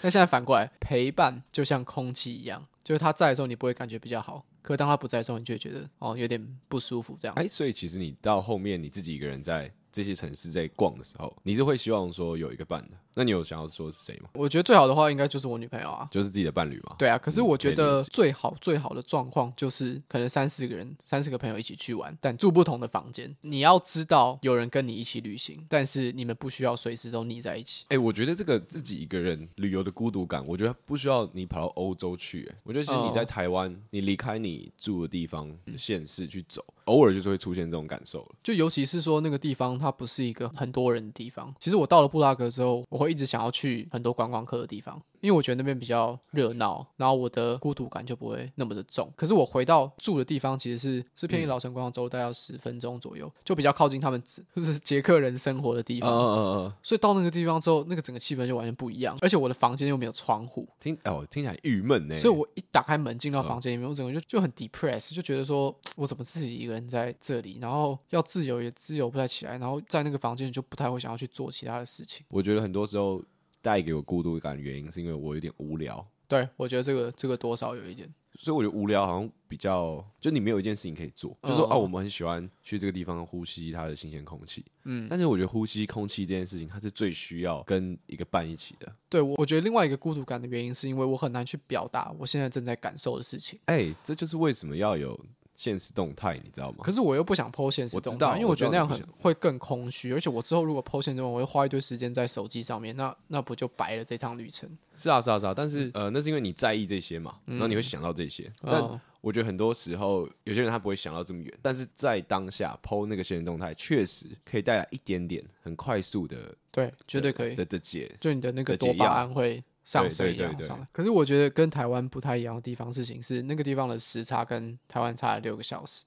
S2: 那现在反过来，陪伴就像空气一样，就是他在的时候你不会感觉比较好，可当他不在的时候，你就会觉得哦有点不舒服这样。
S1: 哎，所以其实你到后面你自己一个人在这些城市在逛的时候，你是会希望说有一个伴的。那你有想要说是谁吗？
S2: 我觉得最好的话应该就是我女朋友啊。
S1: 就是自己的伴侣吗？
S2: 对啊，可是
S1: 嗯
S2: 我
S1: 可以
S2: 觉
S1: 理
S2: 得最好最好的状况就是可能三四个人、三四个朋友一起去玩，但住不同的房间。你要知道有人跟你一起旅行，但是你们不需要随时都腻在一起。
S1: 哎、我觉得这个自己一个人旅游的孤独感，我觉得不需要你跑到欧洲去、欸。我觉得其实你在
S2: 哦
S1: 台湾，你离开你住的地方、县市去走，偶尔就是会出现这种感受了。
S2: 就尤其是说那个地方它不是一个很多人的地方。其实我到了布拉格之后，我会一直想要去很多观光客的地方，因为我觉得那边比较热闹，然后我的孤独感就不会那么的重。可是我回到住的地方，其实是是
S1: 嗯
S2: 偏离老城观光州大概要十分钟左右，就比较靠近他们 [laughs] 就是捷克人生活的地
S1: 嗯
S2: 方。
S1: 嗯嗯嗯，
S2: 所以到那个地方之后，那个整个气氛就完全不一样。而且我的房间又没有窗户，
S1: 听哦，听起来郁闷呢。
S2: 所以我一打开门进
S1: 嗯
S2: 到房间里面，我整个就就很 depressed，就觉得说我怎么自己一个人在这里，然后要自由也自由不太起来，然后在那个房间里就不太会想要去做其他的事情。
S1: 我觉得很多时候带给我孤独感的原因，是因为我有点无聊。
S2: 对，我觉得这个这个多少有一点，
S1: 所以我觉得无聊好像比较，就你没有一件事情可以做，就是说
S2: 嗯
S1: 啊，我们很喜欢去这个地方呼吸它的新鲜空气，嗯，但是我觉得呼吸空气这件事情，它是最需要跟一个伴一起的。
S2: 对我我觉得另外一个孤独感的原因是因为我很难去表达我现在正在感受的事情，
S1: 哎、这就是为什么要有现实动态，你知道吗？
S2: 可是我又不想剖现实
S1: 我知
S2: 动
S1: 道
S2: 态，因为
S1: 我
S2: 我
S1: 知
S2: 觉
S1: 道
S2: 得那样
S1: 你不
S2: 很会更空虚，而且我之后如果剖现实动态，我会花一堆时间在手机上面，那那不就白了这趟旅程？
S1: 是啊，是啊，是啊，但是呃，那是因为你在意这些嘛，然后你会想到这些。但
S2: 嗯哦
S1: 我觉得很多时候有些人他不会想到这么远，但是在当下剖那个现实动态，确实可以带来一点点很快速的
S2: 对，绝对可以。
S1: 的的解。
S2: 就你的那个
S1: 的解
S2: 多巴胺会上升
S1: 对
S2: 一
S1: 对
S2: 样
S1: 对对
S2: 上来。可是我觉得跟台湾不太一样的地方，事情是那个地方的时差跟台湾差了六个小时，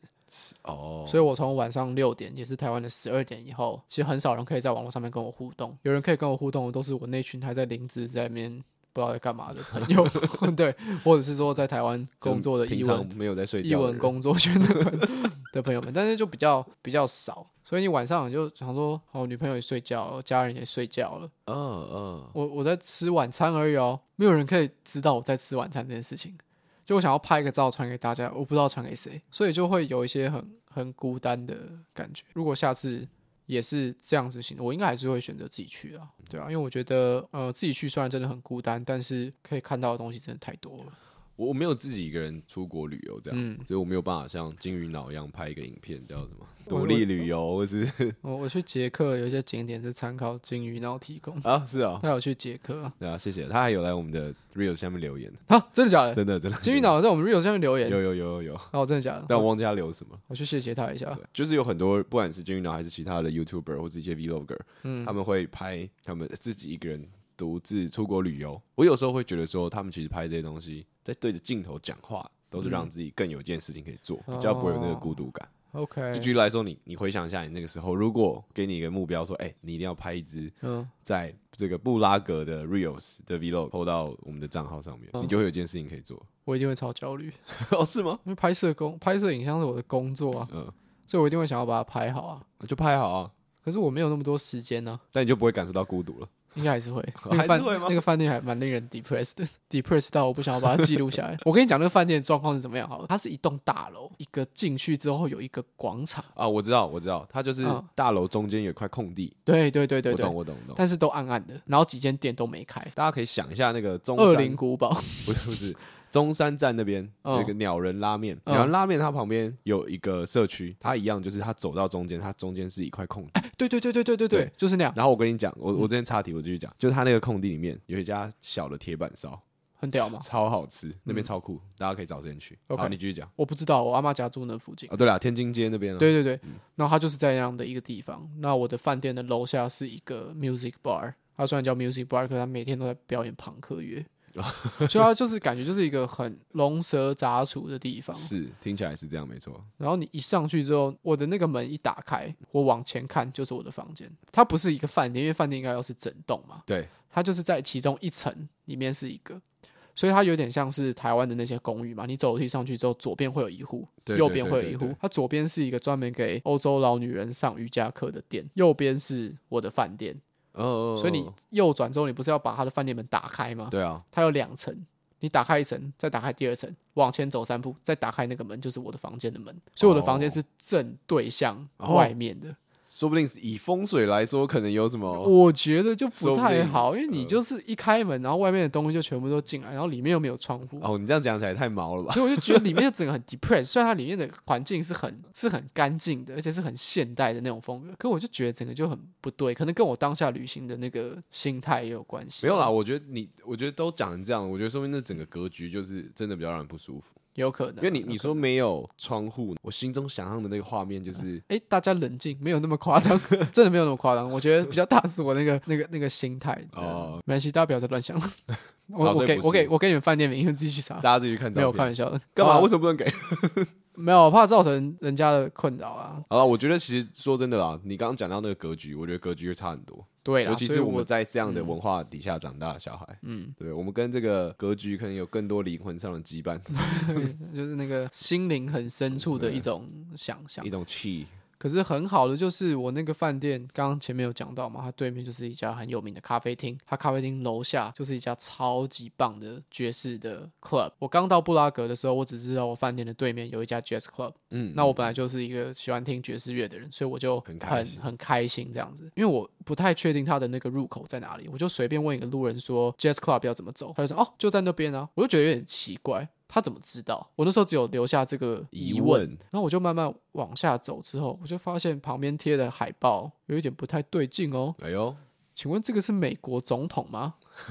S1: 哦，
S2: 所以我从晚上六点，也是台湾的十二点以后，其实很少人可以在网络上面跟我互动。有人可以跟我互动的，都是我那群还在林芝在那边不知道在干嘛的朋
S1: [laughs]
S2: 友，对，或者是说在台湾工作的
S1: 平
S2: 译文
S1: 常没有在睡觉
S2: 译
S1: 的人，
S2: 文工作圈的朋的朋友们，但是就比较比较少。所以你晚上你就想说，哦，女朋友也睡觉了，家人也睡觉了，
S1: 嗯嗯，
S2: 我我在吃晚餐而已哦，没有人可以知道我在吃晚餐这件事情。就我想要拍个照传给大家，我不知道传给谁，所以就会有一些很很孤单的感觉。如果下次也是这样子行，我应该还是会选择自己去啊，对啊，因为我觉得呃自己去虽然真的很孤单，但是可以看到的东西真的太多了。
S1: 我我没有自己一个人出国旅游这样，
S2: 嗯，
S1: 所以我没有办法像金鱼脑一样拍一个影片叫什么
S2: 我
S1: 独立旅游，或是，
S2: 我我去捷克有一些景点是参考金鱼然后提供
S1: 啊是啊，
S2: 他有去捷克啊，
S1: 对啊，谢谢他还有来我们的 real 下面留言，
S2: 啊真的假的？
S1: 真的真的，
S2: 金鱼脑在我们 real 下面留言，
S1: 有有有有有，
S2: 哦真的假的？
S1: 但我忘记他留什
S2: [laughs]
S1: 么。
S2: 我去谢谢他一下
S1: 对，就是有很多不管是金鱼脑还是其他的 YouTuber 或是一些 Vlogger，、
S2: 嗯
S1: 他们会拍他们自己一个人独自出国旅游。我有时候会觉得说，他们其实拍这些
S2: 哦
S1: 东西，在对着镜头讲话，都是让自己更有一件事情可以做，比较不会有那个孤独感。就
S2: OK，
S1: 举例来说，你你回想一下，你那个时候如果给你一个目标，说，哎、你一定要拍一支
S2: 嗯，
S1: 在这个布拉格的 Reels 的 Vlog 抛到我们的账号上面，
S2: 嗯
S1: 你就会有一件事情可以做。
S2: 我一定会超焦虑， [laughs]
S1: 哦，是吗？
S2: 因为拍摄工拍摄影像是我的工作啊，
S1: 嗯，
S2: 所以我一定会想要把它拍好啊。
S1: 就拍好啊，
S2: 可是我没有那么多时间呢、
S1: 但你就不会感受到孤独了。
S2: 应该
S1: [laughs]
S2: 还是会，那
S1: 还
S2: 个
S1: 是
S2: 饭
S1: 会吗
S2: 那个饭店还蛮令人 depressed [laughs] 的，depressed 到我不想要把它记录下来。我 [laughs] 跟你讲，那个饭店的状况是怎么样？好了，它是一栋大楼，一个进去之后有一个广场，
S1: 啊，我知道，我知道，它就是
S2: 嗯
S1: 大楼中间有一块空地。
S2: 对对对对
S1: 我懂，
S2: 对，
S1: 我懂，我懂。
S2: 但是都暗暗的，然后几间店都没开。
S1: 大家可以想一下那个中
S2: 恶
S1: 山
S2: 灵古堡， [laughs]
S1: 不是不是，中山站那边
S2: 嗯
S1: 有一个鸟人拉面，
S2: 嗯
S1: 鸟人拉面它旁边有一个社区，它一样就是它走到中间，它中间是一块空地。
S2: 对对对对对对对
S1: 对，
S2: 就是那样，
S1: 然后我跟你讲，我我之前插题，我继续讲，就是它那个空地里面有一家小的铁板烧，
S2: 很屌嘛。
S1: 超好吃，那边超酷，大家可以找时间去。
S2: 嗯 OK
S1: 好，你继续讲
S2: 我不知道，我阿妈家住那附近。
S1: 啊。对了，天津街那边啊，
S2: 对对对，然后它就是在那样的一个地方。那我的饭店的楼下是一个 music bar，它虽然叫 music bar，可它每天都在表演朋克乐，所以它就是感觉就是一个很龙蛇杂处的地方。
S1: 是听起来是这样，没错。
S2: 然后你一上去之后，我的那个门一打开，我往前看就是我的房间。它不是一个饭店，因为饭店应该要是整栋嘛，
S1: 对，
S2: 它就是在其中一层里面是一个。所以它有点像是台湾的那些公寓嘛，你走楼梯上去之后，左边会有一户，
S1: 对
S2: 右
S1: 对
S2: 边
S1: 对
S2: 会有
S1: 对
S2: 一
S1: 对
S2: 户，它左边是一个专门给欧洲老女人上瑜伽课的店，右边是我的饭店。
S1: 哦哦，哦
S2: 所以你右转之后，你不是要把他的饭店门打开吗？
S1: 对啊，
S2: 它有两层，你打开一层，再打开第二层，往前走三步，再打开那个门，就是我的房间的门。所以我的房间是正对向
S1: 哦
S2: 外面的。
S1: 说不定是以风水来说，可能有什么
S2: 我觉得就
S1: 哦说
S2: 不
S1: 不
S2: 太
S1: 定
S2: 好，因为你
S1: 呃
S2: 就是一开门，然后外面的东西就全部都进来，然后里面又没有窗户。
S1: 哦，你这样讲起来太毛了吧？
S2: 所以我就觉得里面就整个很 depressed，虽然它里面的环境是很是很干净的，而且是很现代的那种风格，可我就觉得整个就很不对，可能跟我当下旅行的那个心态也有关系。
S1: 没有啦，，我觉得你，我觉得都讲成这样，我觉得说明那整个格局就是真的比较让人不舒服。
S2: 有可能啊，
S1: 因为你
S2: 有
S1: 你
S2: 可
S1: 说没有窗户，我心中想象的那个画面就是
S2: 哎、大家冷静，没有那么夸张， [laughs] 真的没有那么夸张。我觉得比较大是我那个那个那个心态。
S1: 哦
S2: 哦，没关系，大家不要再乱想了。 [laughs]
S1: 好
S2: 我
S1: 所
S2: 我
S1: 以
S2: 给
S1: 不
S2: 我给
S1: 是
S2: 我给你们饭店名，你们自己去查。
S1: 大家自己去看
S2: 没有
S1: 照
S2: 开
S1: 片，
S2: 玩笑的，
S1: 干嘛？
S2: 啊
S1: 为什么不能给？
S2: 没有，我啊怕造成人家的困扰啊。
S1: 好了，我觉得其实说真的啦，你刚刚讲到那个格局，我觉得格局会差很多，
S2: 对啦，
S1: 尤其
S2: 所以
S1: 是我
S2: 我嗯
S1: 们在这样的文化底下长大的小孩，嗯，对我们跟这个格局可能有更多灵魂上的羁绊，
S2: 就是那个心灵很深处的一种想象
S1: 一。种气，
S2: 可是很好的就是我那个饭店，刚刚前面有讲到嘛，它对面就是一家很有名的咖啡厅，它咖啡厅楼下就是一家超级棒的爵士的 club。我刚到布拉格的时候，我只知道我饭店的对面有一家 jazz club，
S1: 嗯，
S2: 那我本来就是一个喜欢听爵士乐的人，所以我就
S1: 很
S2: 很
S1: 开心
S2: 很开心这样子，因为我不太确定他的那个入口在哪里，我就随便问一个路人说 Jazz Club 要怎么走，他就说哦就在那边啊，我就觉得有点奇怪，他怎么知道？我那时候只有留下这个
S1: 疑
S2: 疑
S1: 问
S2: 问，然后我就慢慢往下走之后，我就发现旁边贴的海报有一点不太对劲哦，
S1: 哎呦，
S2: 请问这个是美国总统吗？ [laughs]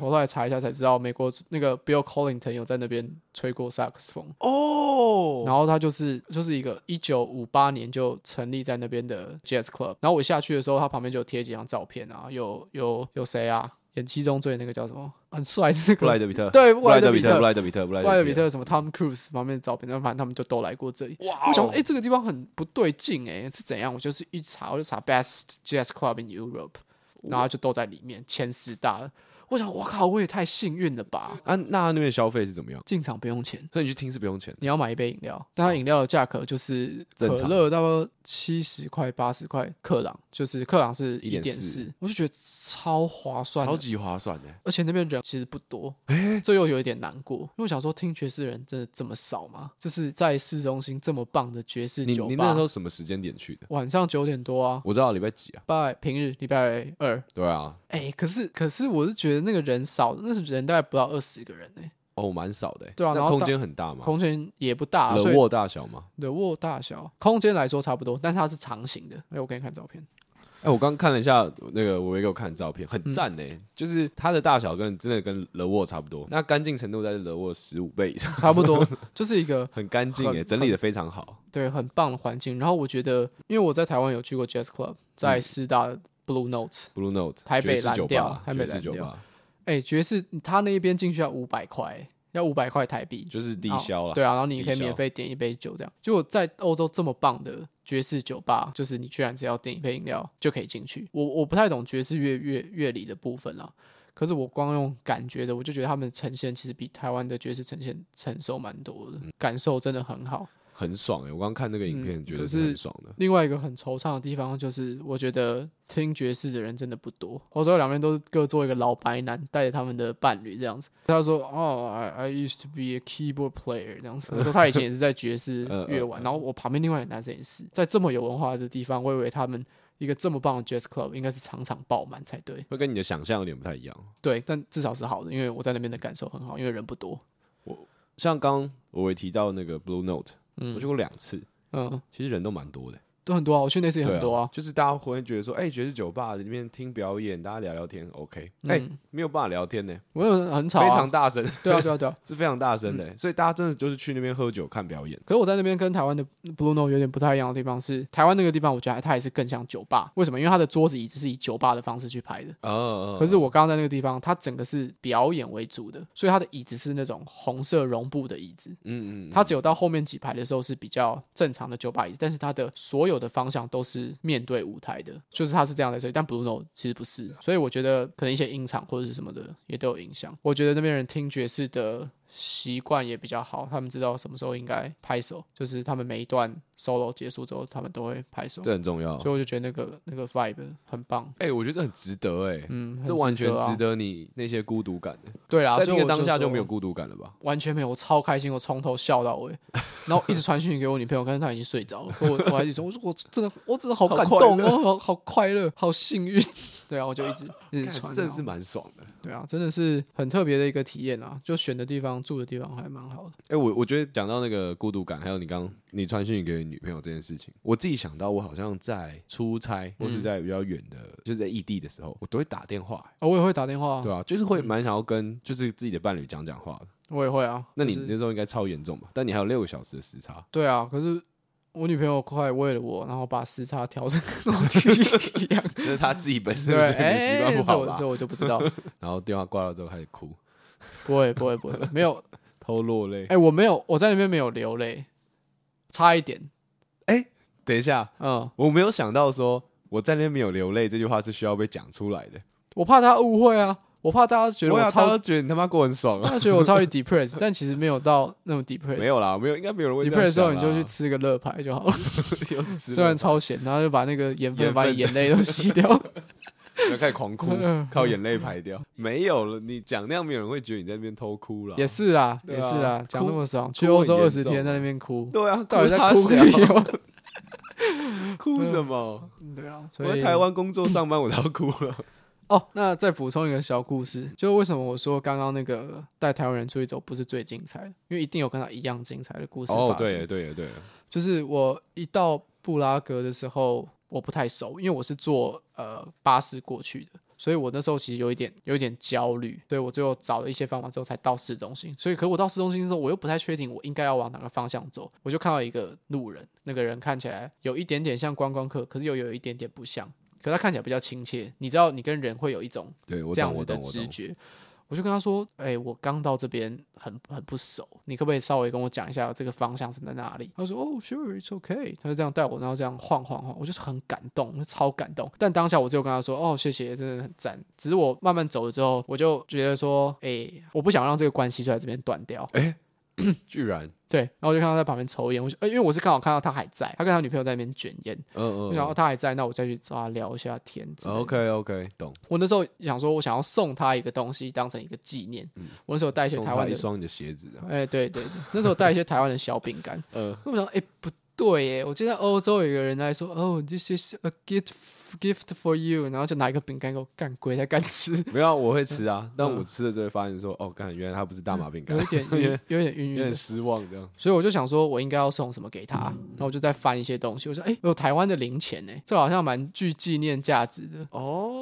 S2: 我后来查一下才知道，美国那个 Bill Collington 有在那边吹过萨克斯风。
S1: 哦，
S2: 然后它就是就是一个一九五八年就成立在那边的 jazz club。然后我下去的时候，它旁边就有贴几张照片啊，有有有谁啊？演七宗罪那个叫什么？很帅的那
S1: 布莱
S2: 个，
S1: 德比特，
S2: 对
S1: 布
S2: 布
S1: 莱
S2: 莱
S1: 德
S2: 德
S1: 比
S2: 比
S1: 特，
S2: 特
S1: 布莱德比特，布
S2: 布莱
S1: 莱
S2: 德
S1: 德
S2: 比
S1: 比特，
S2: 特什么 Tom Cruise 旁边的照片，然后反正他们就都来过这里。
S1: 哇
S2: 我想说，
S1: 哦
S2: 哎、这个地方很不对劲、哎，是怎样？我就是一查，我就查 Best Jazz Club in Europe，然后它就都在里面前十大。我想，我靠，我也太幸运了吧！
S1: 啊，那他那边消费是怎么样？
S2: 进场不用钱，
S1: 所以你去听是不用钱的，
S2: 你要买一杯饮料，但它饮料的价格就是可
S1: 正常
S2: 乐大概七十块、八十块克朗，就是克朗是一点
S1: 1.4
S2: 四，我就觉得超划算的，
S1: 超级划算的。
S2: 而且那边人其实不多，这又有一点难过，因为我想说听爵士人真的这么少吗？就是在市中心这么棒的爵士
S1: 你
S2: 酒
S1: 你那
S2: 吧
S1: 时，候什么时间点去的？
S2: 晚上九点多啊，
S1: 我知道礼拜几啊？
S2: 礼拜平日礼拜二，
S1: 对啊，
S2: 哎、可是可是我是觉得那个人少，那是人大概不到二十个人哎、
S1: 哦，蛮少的欸。
S2: 对啊
S1: 那
S2: 然后
S1: 空
S2: 大
S1: 间很大嘛，
S2: 空间也不大，啊所
S1: 冷
S2: 以
S1: 卧大小嘛。
S2: 对，握大小，空间来说差不多，但是它是长形的。哎、我给你看照片，
S1: 哎，我刚看了一下那个，我也给我看照片，很赞呢。就是它的大小跟真的跟冷卧差不多，那干净程度在冷卧十五倍以上， [laughs]
S2: 差不多就是一个
S1: 很干净哎，
S2: 很
S1: 整理的非常好。
S2: 对很棒的环境。然后我觉得，因为我在台湾有去过 Jazz Club，在师大 Blue Note，
S1: Blue Note
S2: 台北
S1: 爵士
S2: 蓝
S1: 酒
S2: 调
S1: 吧，
S2: 台北
S1: 爵士
S2: 蓝
S1: 酒
S2: 调
S1: 吧，
S2: 哎、爵士他那一边进去要五百块，要五百块台币，
S1: 就是低
S2: 然后
S1: 消了。
S2: 对啊，然后你可以
S1: 低消
S2: 免费点一杯酒，这样。结果在欧洲这么棒的爵士酒吧，就是你居然只要点一杯饮料就可以进去。我我不太懂爵士乐乐乐理的部分啦，可是我光用感觉的，我就觉得他们呈现其实比台湾的爵士呈现成熟蛮多
S1: 嗯
S2: 的，感受真的很好。
S1: 很爽哎、我刚看那个影片，
S2: 嗯
S1: 觉得
S2: 可
S1: 是
S2: 是
S1: 很爽的。
S2: 另外一个很惆怅的地方就是，我觉得听爵士的人真的不多。欧洲两边都是各做一个老白男，带着他们的伴侣这样子。他说：“哦、i I used to be a keyboard player 这样 [laughs] 子。”我说他以前也是在爵士乐玩。然后我旁边另外一个男生也是，在这么有文化的地方，我以为他们一个这么棒的 jazz club 应该是场场爆满才对。
S1: 会跟你的想象有点不太一样。
S2: 对，但至少是好的，因为我在那边的感受很好，因为人不多。
S1: 像刚我也提到那个 Blue Note，、我去过两次，
S2: 嗯，
S1: 其实人都蛮多的，
S2: 都很多啊，我去那次也
S1: 对
S2: 很多啊。
S1: 就是大家会觉得说，哎、爵士酒吧里面听表演，大家聊聊天，OK，哎、没有办法聊天呢、
S2: 我有很嗯吵、
S1: 非
S2: 啊
S1: 常，大声， [laughs]
S2: 对啊，对啊，对啊。
S1: 是非常大声的欸、所以大家真的就是去那边喝酒看表演。
S2: 可是我在那边跟台湾的 Blue Note 有点不太一样的地方是，台湾那个地方我觉得它也是更像酒吧。为什么？因为它的桌子椅子是以酒吧的方式去拍的。
S1: 哦，
S2: 可是我刚刚在那个地方，它整个是表演为主的，所以它的椅子是那种红色绒布的椅子。
S1: 嗯嗯，
S2: 它只有到后面几排的时候是比较正常的酒吧椅子，但是它的所有的方向都是面对舞台的，就是它是这样的设计。但 Blue Note 其实不是，所以我觉得可能一些音场或者是什么的也都有影响。我觉得那边人听爵士的习惯也比较好，他们知道什么时候应该拍手，就是他们每一段 solo 结束之后，他们都会拍手。
S1: 这很重要
S2: 所。以我就觉得那个那个 vibe 很棒，
S1: 哎、我觉得这很值得哎、
S2: 嗯，
S1: 这
S2: 很
S1: 完全
S2: 啊
S1: 值得你那些孤独感的、
S2: 对啦，
S1: 在
S2: 所
S1: 那
S2: 以
S1: 个
S2: 我
S1: 当下就
S2: 说
S1: 没有孤独感了吧？
S2: 完全没有，我超开心，我从头笑到
S1: [laughs]
S2: 尾，然后一直传讯息给我女朋友，但是她已经睡着了。我我还一直说，我说我真的，我真的好
S1: 好
S2: 感
S1: 快
S2: 动
S1: 乐
S2: 哦，好好快乐，好幸运。 [laughs] 对啊，我就一直一直啊
S1: 干
S2: 传，
S1: 真的是蛮爽的。
S2: 对啊，真的是很特别的一个体验啊！就选的地方、住的地方还蛮好的。
S1: 哎、我我觉得讲到那个孤独感，还有你刚你传讯息给你女朋友这件事情，我自己想到，我好像在出差或
S2: 嗯
S1: 是在比较远的，就是在异地的时候，我都会打电话、
S2: 啊我也会打电话啊，
S1: 对啊，就是会蛮想要跟就是自己的伴侣讲讲话的。
S2: 我也会啊。
S1: 那你
S2: 就是
S1: 那时候应该超严重吧？但你还有六个小时的时
S2: [laughs]
S1: 差，
S2: 对啊，可是我女朋友快为了我，然后把时差调成跟我自己
S1: [laughs]
S2: 一样。
S1: 那是他自己本身
S2: 对，
S1: 的
S2: 哎、
S1: 习惯不
S2: 这
S1: 好
S2: 我
S1: 吧
S2: 这？我就不知道，
S1: 然后电话挂了之后开始哭，
S2: 不会不会不会，没有，
S1: 偷落泪
S2: 哎、。我没有，我在那边没有流泪，差一点，
S1: 等一下，
S2: 嗯。
S1: 我没有想到说我在那边没有流泪这句话是需要被讲出来的，
S2: 我怕他误会啊，我怕大家觉得
S1: 我
S2: 我
S1: 超
S2: 超，
S1: 觉得你他妈过得很爽
S2: 大
S1: 啊！
S2: 家觉得我超级 depressed，但其实没有到那么 depressed。
S1: 没有啦，没有，应该没有人会这
S2: depressed
S1: 样
S2: 的时候，
S1: 想啊
S2: 你
S1: 啦
S2: 就去吃个乐牌就好了。
S1: [laughs] 有吃
S2: 虽然超咸，然后就把那个盐分
S1: 盐
S2: 把你
S1: 分
S2: 眼泪都吸
S1: [laughs]
S2: 掉。
S1: 要开始狂
S2: [laughs]
S1: 哭，
S2: 嗯
S1: 靠眼泪排掉，没有了。你讲那样，没有人会觉得你在那边偷哭了。
S2: 也是啦，也
S1: 对
S2: 是
S1: 啊
S2: 啦，讲那
S1: 哭
S2: 么爽，去
S1: 哭
S2: 欧
S1: 很
S2: 洲
S1: 严
S2: 二十
S1: 重
S2: 天
S1: 啊
S2: 在那边
S1: [laughs]
S2: 哭，
S1: 对啊，
S2: 到底在
S1: 他
S2: 哭个
S1: 小
S2: 屁哦？
S1: [laughs] 哭什么？
S2: 对啊，所
S1: 我在
S2: 以
S1: 台湾工作上班，我都要哭了。
S2: 哦，那再补充一个小故事，就为什么我说刚刚那个带台湾人出去走不是最精彩的，因为一定有跟他一样精彩的故事发生。
S1: 哦对对，
S2: 就是我一到布拉格的时候，我不太熟，因为我是坐呃巴士过去的，所以我那时候其实有一点有一点焦虑，所以我最后找了一些方法之后才到市中心。所以，可我到市中心之后，我又不太确定我应该要往哪个方向走，我就看到一个路人，那个人看起来有一点点像观光客，可是又有一点点不像，可他看起来比较亲切。你知道，你跟人会有一种
S1: 对我
S2: 这样
S1: 懂，我
S2: 子的
S1: 懂，我
S2: 直
S1: 懂。
S2: 觉。我就跟他说：“哎、我刚到这边很很不熟，你可不可以稍微跟我讲一下这个方向是在哪里？”他说：“哦、s u r e it's okay。”他就这样带我，然后这样晃晃晃，我就是很感动，我超感动。但当下我只有跟他说：“哦，谢谢，真的很赞。”只是我慢慢走了之后，我就觉得说：“哎、我不想让这个关系就在这边断掉。”
S1: 居然，
S2: 对，然后我就看到他在旁边抽烟，我就、呃因为我是刚好看到他还在，他跟他女朋友在那边卷烟，
S1: 嗯
S2: 我想哦他还在，那我再去找他聊一下天之类的。
S1: ，OK OK，懂。
S2: 我那时候想说，我想要送他一个东西当成一个纪念。我那时候带一
S1: 嗯
S2: 些
S1: 送
S2: 台
S1: 他
S2: 湾
S1: 一
S2: 的，
S1: 双你的鞋子啊，
S2: 哎、对对对，那时候带一些台湾的小饼干。
S1: 嗯
S2: 那我想，哎、不对耶！我记得欧洲有一个人来说，哦、t h i s is a gift gift for you，然后就拿一个饼干给我干鬼才敢
S1: [laughs]
S2: 吃，
S1: 没有啊，我会吃啊，但我吃了之后发现说，哦，干，原来它不是大麻饼干
S2: 嗯有一，点
S1: 有
S2: 晕
S1: 点，
S2: 有点晕
S1: [laughs] 有
S2: 晕
S1: 点嗯
S2: 的。
S1: 失望这样。
S2: 所以我就想说，我应该要送什么给他，然后我就在翻一些东西。我说，哎、我有台湾的零钱呢，这好像蛮具纪念价值的。
S1: 哦，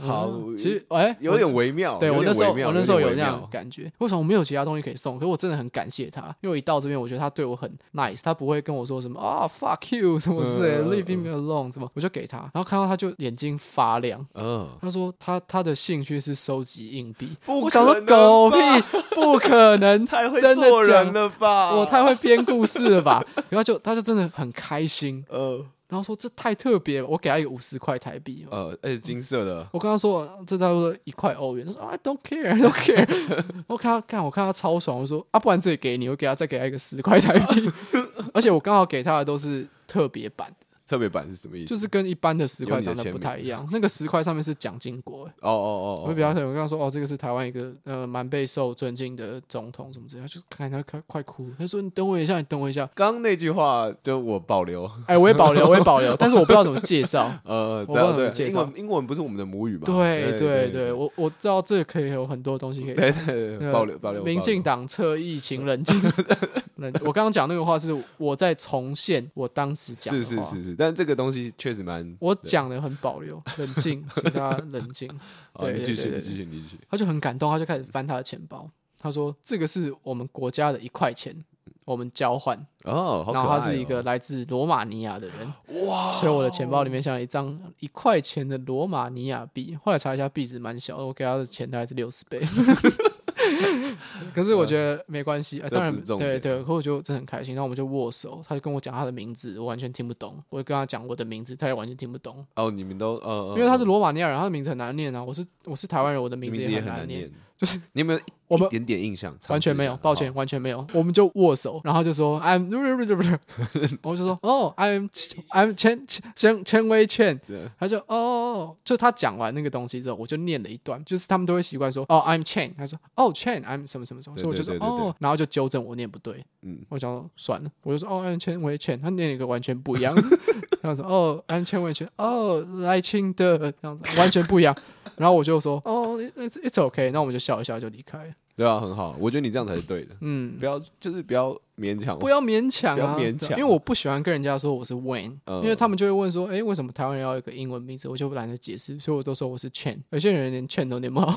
S2: 好
S1: 嗯，
S2: 其实哎，
S1: 有点微妙。
S2: 对我那时候，
S1: 有点微妙
S2: 我那时候有
S1: 点
S2: 这
S1: 微
S2: 样
S1: 妙
S2: 感觉。为什么没有其他东西可以送？可是我真的很感谢他，因为我一到这边，我觉得他对我很 nice，他不会跟我说什么啊 fuck you 什么之类的、
S1: 嗯嗯
S2: l e a v e me alone 什么，我就给他。然后看到他就眼睛发亮，
S1: 嗯，
S2: 他说他他的兴趣是收集硬币。
S1: 不
S2: 我想说
S1: 可能
S2: 狗屁
S1: 吧，
S2: 不可能，
S1: [laughs] 太会
S2: 真的
S1: 做人
S2: 讲
S1: 了吧？
S2: 我太会编故事了吧？然后就他就真的很开心，
S1: 呃
S2: 然后说这太特别了，我给他一个五十块台币。
S1: 呃，而且金色的，
S2: 我跟他说这差不多一块欧元，他说 I don't care，I don't care。我 [laughs] 看他看我看他超爽，我说啊，不然这里给你，我给他再给他一个十块台币， [laughs] 而且我刚好给他的都是特别版，
S1: 特别版是什么意思？
S2: 就是跟一般的十
S1: 有
S2: 块
S1: 你的
S2: 长得
S1: 签
S2: 不
S1: 名
S2: 太一样。那个十块上面是蒋经国、欸，
S1: 哦哦哦，
S2: 我
S1: 哦
S2: 比较特别，我跟他说哦，这个是台湾一个呃蛮备受尊敬的总统什么之类的，他就看他快快哭，他说你等我一下，你等我一下。
S1: 刚刚那句话就我保留，
S2: 哎、我也保留，我也保留，但是我不知道怎么介绍。
S1: [laughs] 呃，
S2: 我不知道
S1: 对
S2: 怎么介
S1: 对，英
S2: 绍
S1: 文英文不是我们的母语嘛？
S2: 对
S1: 对
S2: 对对，我我知道这可以有很多东西可以
S1: 对对
S2: 那
S1: 对，
S2: 个
S1: 保留保留。
S2: 民
S1: 保
S2: 进
S1: 留
S2: 党侧翼情
S1: [laughs]
S2: 人进，人我刚刚讲那个话是我在重现我当时讲的
S1: 是
S2: 话，
S1: 是是是，但这个东西确实蛮……
S2: 我讲的很保留，冷静，请大家冷
S1: [laughs]
S2: 静。
S1: 哦
S2: 对
S1: 你继
S2: 对对
S1: 续，
S2: 对
S1: 你继续，你继续。
S2: 他就很感动，他就开始翻他的钱包，他说：“这个是我们国家的一块钱，我们交换。
S1: 哦，好
S2: 然后
S1: 可
S2: 他
S1: 爱
S2: 是一个
S1: 哦
S2: 来自罗马尼亚的人，哇！所以我的钱包里面像一张一块钱的罗马尼亚币。后来查一下币值蛮小的，我给他的钱大概是六十倍。 [laughs] 可是我觉得没关系，啊，
S1: 这
S2: 当然
S1: 不是重
S2: 对
S1: 点
S2: 对，可我就真的很开心。然后我们就握手，他就跟我讲他的名字，我完全听不懂。我跟他讲我的名字，他也完全听不懂，
S1: 哦，你们都呃，
S2: 因为他是
S1: 呃
S2: 罗马尼亚人，他的名字很难念啊。我是我是台湾人，我的名字
S1: 字
S2: 也
S1: 很
S2: 难念
S1: 念，，就是你有没有一
S2: 我们
S1: 一点点印象？尝
S2: 完全
S1: 试一
S2: 没
S1: 下哦
S2: 有，抱歉，。完全没有。我们就握手，然后
S1: [laughs]
S2: 就说 I'm，我就说哦、i m I'm 千千千威倩，
S1: 对
S2: 他就哦，就他讲完那个东西之后，我就念了一段，就是他们都会习惯说哦、i m Chen，他说哦、Chen，I'm 什么什么什么，
S1: 对
S2: 所以我就说
S1: 对对对对
S2: 哦，然后就纠正我念不对，
S1: 嗯，
S2: 我想说算了，我就说哦、i m 千威倩，他念一个完全不一
S1: [laughs]
S2: 样，他说哦、i m 千威倩，哦，来庆的这样子完全不一样，然后我就说哦、i t s it's okay，那我们就笑一笑就离开了，
S1: 对啊，很好，我觉得你这样才是对的，
S2: 嗯。
S1: 不要就是不要勉强。
S2: 不要勉强、啊，
S1: 不要勉
S2: 对
S1: 强
S2: 因为我不喜欢跟人家说我是 Wayne，、
S1: 嗯
S2: 因为他们就会问说，哎、为什么台湾人要有一个英文名字？我就懒得解释，所以我都说我是 Chen。有些人连 Chen 都念不好，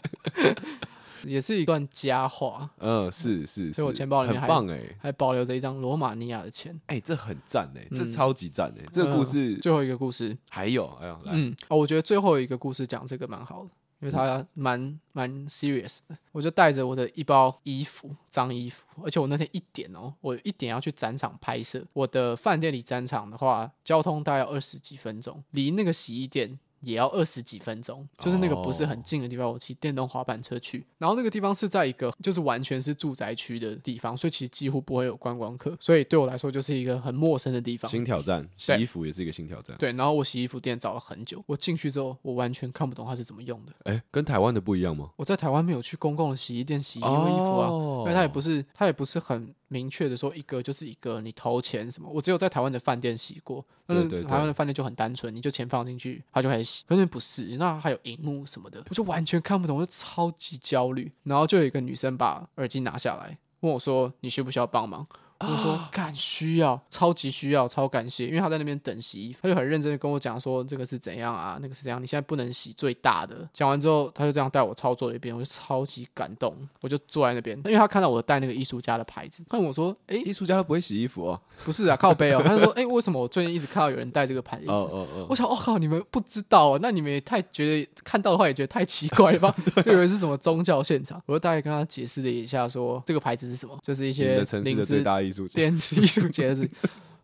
S2: [laughs] 也是一段佳话，
S1: 嗯，是是，
S2: 所以我
S1: 是
S2: 钱包里面
S1: 很
S2: 还
S1: 棒哎，
S2: 还保留着一张罗马尼亚的钱。
S1: 哎，这很赞哎，这
S2: 嗯
S1: 超级赞哎，这个故
S2: 嗯
S1: 事
S2: 最后一个故事，
S1: 还有哎呀，来，
S2: 嗯，哦，我觉得最后一个故事讲这个蛮好的。因为它蛮蛮 serious 的，我就带着我的一包衣服，脏衣服，而且我那天一点哦，我一点要去展场拍摄。我的饭店离展场的话，交通大概二十几分钟，离那个洗衣店也要二十几分钟，就是那个不是很近的地方，我骑电动滑板车去。然后那个地方是在一个就是完全是住宅区的地方，所以其实几乎不会有观光客，所以对我来说就是一个很陌生的地方。
S1: 新挑战，洗
S2: 对
S1: 衣服也是一个新挑战。
S2: 对，然后我洗衣服店找了很久，我进去之后，我完全看不懂它是怎么用的。
S1: 哎，跟台湾的不一样吗？
S2: 我在台湾没有去公共的洗衣店洗衣服啊，
S1: 哦
S2: 因为它也不是它也不是很明确的说一个就是一个你投钱什么。我只有在台湾的饭店洗过，但是
S1: 对对对
S2: 台湾的饭店就很单纯，你就钱放进去，它就开始洗。可是不是，那还有荧幕什么的，我就完全看不懂，我就超级焦虑。然后就有一个女生把耳机拿下来，问我说：“你需不需要帮忙？”我说：“
S1: 啊
S2: 干需要，超级需要，超感谢。”因为他在那边等洗衣服，他就很认真的跟我讲说：“这个是怎样啊，那个是怎样，你现在不能洗最大的。”讲完之后，他就这样带我操作了一遍，我就超级感动，我就坐在那边，因为他看到我带那个艺术家的牌子，他问我说：“诶，
S1: 艺术家都不会洗衣服哦。
S2: 不是啊，靠背哦。”他就说：“诶，为什么我最近一直看到有人带这个牌子？”
S1: 哦哦
S2: 我想，我、靠，你们不知道、哦，那你们也太觉得看到的话也觉得太奇怪
S1: [laughs]
S2: 了吧？以为是什么宗教现场。我就大概跟他解释了一下说这个牌子是什么，就是一
S1: 你们
S2: 些
S1: 的城市
S2: 灵
S1: 的最
S2: 芝
S1: 大艺术家。
S2: 电子艺术节日。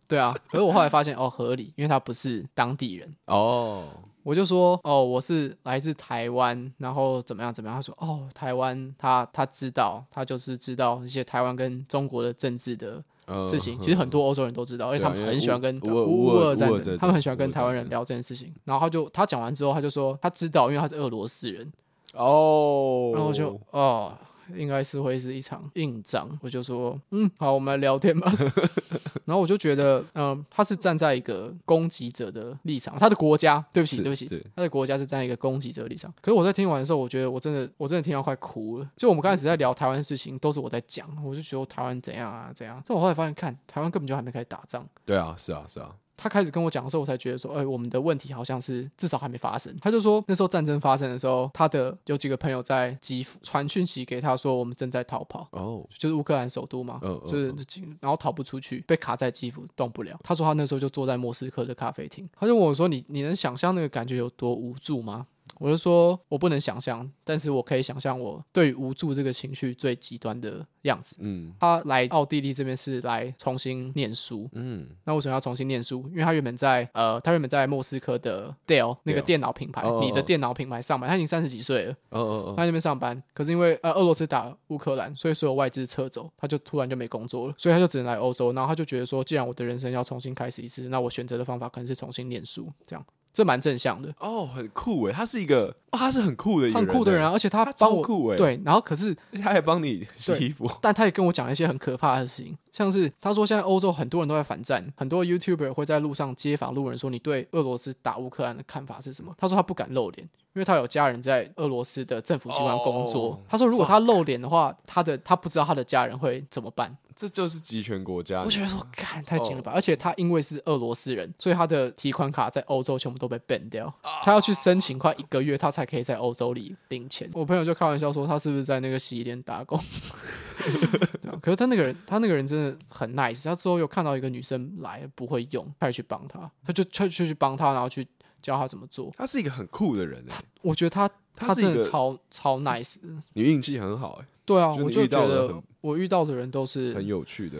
S2: 对啊，可是我后来发现哦，合理，因为他不是当地人。
S1: 哦，
S2: 我就说哦，我是来自台湾，然后怎么样怎么样？他说哦，台湾他他知道，他就是知道一些台湾跟中国的政治的
S1: 呃
S2: 事情。其实很多欧洲人都知道，因为
S1: 对
S2: 他
S1: 啊
S2: 们
S1: 因为
S2: 很喜欢跟
S1: 乌乌尔
S2: 乌
S1: 乌尔
S2: 尔战
S1: 乌尔
S2: 争，
S1: 战
S2: 他们很喜
S1: 争
S2: 欢跟
S1: 乌尔
S2: 台湾
S1: 战
S2: 人
S1: 争
S2: 聊这件事情。然后他就他讲完之后，他就说他知道，因为他是俄罗斯人。
S1: 哦，
S2: 然后我就哦，应该是会是一场硬仗。我就说，嗯，好，我们来聊天吧。 [laughs] 然后我就觉得，嗯、他是站在一个攻击者的立场，他的国家，对不起，
S1: 是
S2: 对不起
S1: 对，
S2: 他的国家是站在一个攻击者的立场。可是我在听完的时候，我觉得我真的，我真的听到快哭了。就我们刚开始在聊台湾的事情，都是我在讲，我就觉得台湾怎样啊，怎样。但我后来发现，看台湾根本就还没开始打仗，
S1: 对啊，是啊，是啊，
S2: 他开始跟我讲的时候，我才觉得说，哎、我们的问题好像是至少还没发生。他就说那时候战争发生的时候，他的有几个朋友在基辅传讯息给他说，我们正在逃跑。
S1: 哦，
S2: 就是乌克兰首都嘛，
S1: 嗯嗯
S2: 就是然后逃不出去，被卡在基辅动不了。他说他那时候就坐在莫斯科的咖啡厅，他就问我说你：“你能想象那个感觉有多无助吗？”我就说：“我不能想象，但是我可以想象我对于无助这个情绪最极端的样子。”
S1: 嗯
S2: 他来奥地利这边是来重新念书，
S1: 嗯，
S2: 那为什么要重新念书？因为他原本在呃，他原本在莫斯科的 Dell 那个
S1: Dell
S2: 电脑品牌，
S1: 哦哦哦
S2: 你的电脑品牌上班，他已经三十几岁了，
S1: 哦哦
S2: 他
S1: 哦，
S2: 在那边上班，可是因为呃俄罗斯打乌克兰，所以所有外资撤走，他就突然就没工作了，所以他就只能来欧洲。然后他就觉得说，既然我的人生要重新开始一次，那我选择的方法可能是重新念书，这样这蛮正向的，
S1: 哦，很酷哎，他是一个，哦他是很酷的一个
S2: 很
S1: 人欸，
S2: 酷的人啊，而且他
S1: 他超
S2: 帮我
S1: 酷哎，，
S2: 对，然后可是
S1: 他还帮你洗衣服，
S2: 但他也跟我讲一些很可怕的事情，像是他说现在欧洲很多人都在反战，很多 YouTuber 会在路上街访路人说你对俄罗斯打乌克兰的看法是什么？他说他不敢露脸，因为他有家人在俄罗斯的政府机关工作。
S1: 哦
S2: 他说如果他露脸的话，他的他不知道他的家人会怎么办。
S1: 这就是集权国家
S2: 我，觉得说，看太紧了吧！
S1: 哦
S2: 而且他因为是俄罗斯人，所以他的提款卡在欧洲全部都被 ban 掉，
S1: 哦
S2: 他要去申请快一个月，他才可以在欧洲里领钱。我朋友就开玩笑说，他是不是在那个洗衣店打工？ [laughs] 对啊可是他那个人，他那个人真的很 nice。他之后又看到一个女生来不会用，他也去帮他，他就他就去帮他，然后去教他怎么做。
S1: 他是一个很酷的人哎，
S2: 我觉得他
S1: 他
S2: 他
S1: 是一
S2: 真的
S1: 个
S2: 超超 nice 的。
S1: 你运气很好哎，
S2: 对啊，
S1: 就你
S2: 我就
S1: 遇到
S2: 觉
S1: 了
S2: 得
S1: 很
S2: 我遇到的人都是
S1: 很有趣的，